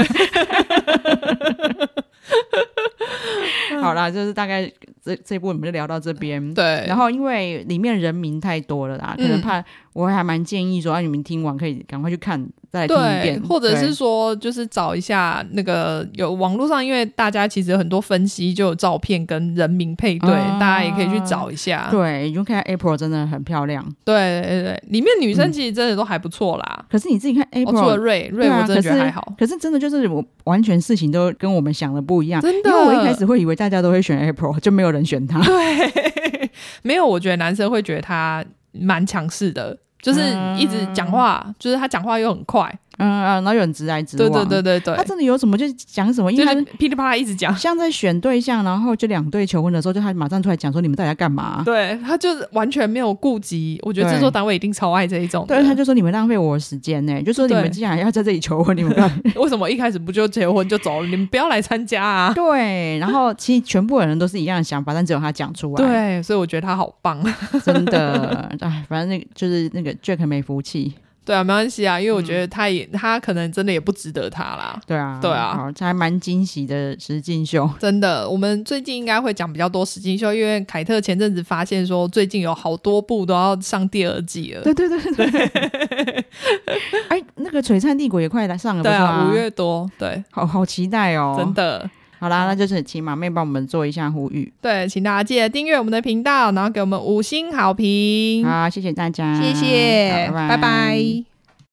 S1: 好啦，就是大概这这一部我们就聊到这边。
S2: 对，
S1: 然后因为里面人名太多了啦，可能
S2: 嗯
S1: 怕我还蛮建议说，让、你们听完可以赶快去看，再来听一
S2: 对
S1: 遍，，
S2: 或者是
S1: 对
S2: 说，就是找一下那个有网络上，因为大家其实有很多分析，就有照片跟人名配对，
S1: 啊
S2: 大家也可以去找一下。
S1: 对，你就看 April 真的很漂亮。
S2: 对对对，里面女生其实真的都还不错啦。
S1: 可是你自己看
S2: 哦，除了
S1: April，、
S2: 瑞瑞，
S1: 嗯对啊
S2: 我真的觉得
S1: 可是
S2: 还好，
S1: 可是真的就是我完全事情都跟我们想的不一样。
S2: 真的。
S1: 因为我一开始会以为大家都会选 April，就没有人选 她。
S2: 对，没有，我觉得男生会觉得他蛮强势的，就是一直讲话，就是他讲话又很快。
S1: 嗯嗯，然后有人直来直
S2: 对
S1: 往，
S2: 对对对对
S1: 他，真的有什么就讲什么，因
S2: 就
S1: 为他
S2: 是噼里啪啦一 直讲。
S1: 像在选对象，然后就两队求婚的时候，就他马上出来讲说你们到底在干嘛？
S2: 对，他就是完全没有顾及，我觉得
S1: 对
S2: 制作单位一定超爱这一种的。
S1: 对，他就说你们浪费我的时间呢、就说你
S2: 对
S1: 们既然要在这里求婚，你们干嘛？
S2: 为什么一开始不就结婚就走了？你们不要来参加啊！
S1: 对，然后其实全部的人都是一样的想法，但只有他讲出来，
S2: 对，所以我觉得他好棒。
S1: 对，真的，哎，反正那个就是那个 Jack 没福气，
S2: 对啊，没关系啊，因为我
S1: 嗯
S2: 觉得他也、他可能真的也不值得他啦。
S1: 对啊，
S2: 对啊
S1: 好，这还蛮惊喜的石进秀，
S2: 真的，我们最近应该会讲比较多实境秀，因为凯特前阵子发现说，最近有好多部都要上第二季了。
S1: 对啊对对对， 哎，那个璀璨帝国也快来上了，
S2: 对啊，
S1: 不
S2: 五
S1: 是吗，
S2: 月多，对，
S1: 好好期待哦，
S2: 真的，
S1: 好啦，那就是请马妹帮我们做一下呼吁。
S2: 对，请大家记得订阅我们的频道，然后给我们五星好评，
S1: 好，谢谢大家，
S2: 嗯谢谢，
S1: 好
S2: 拜拜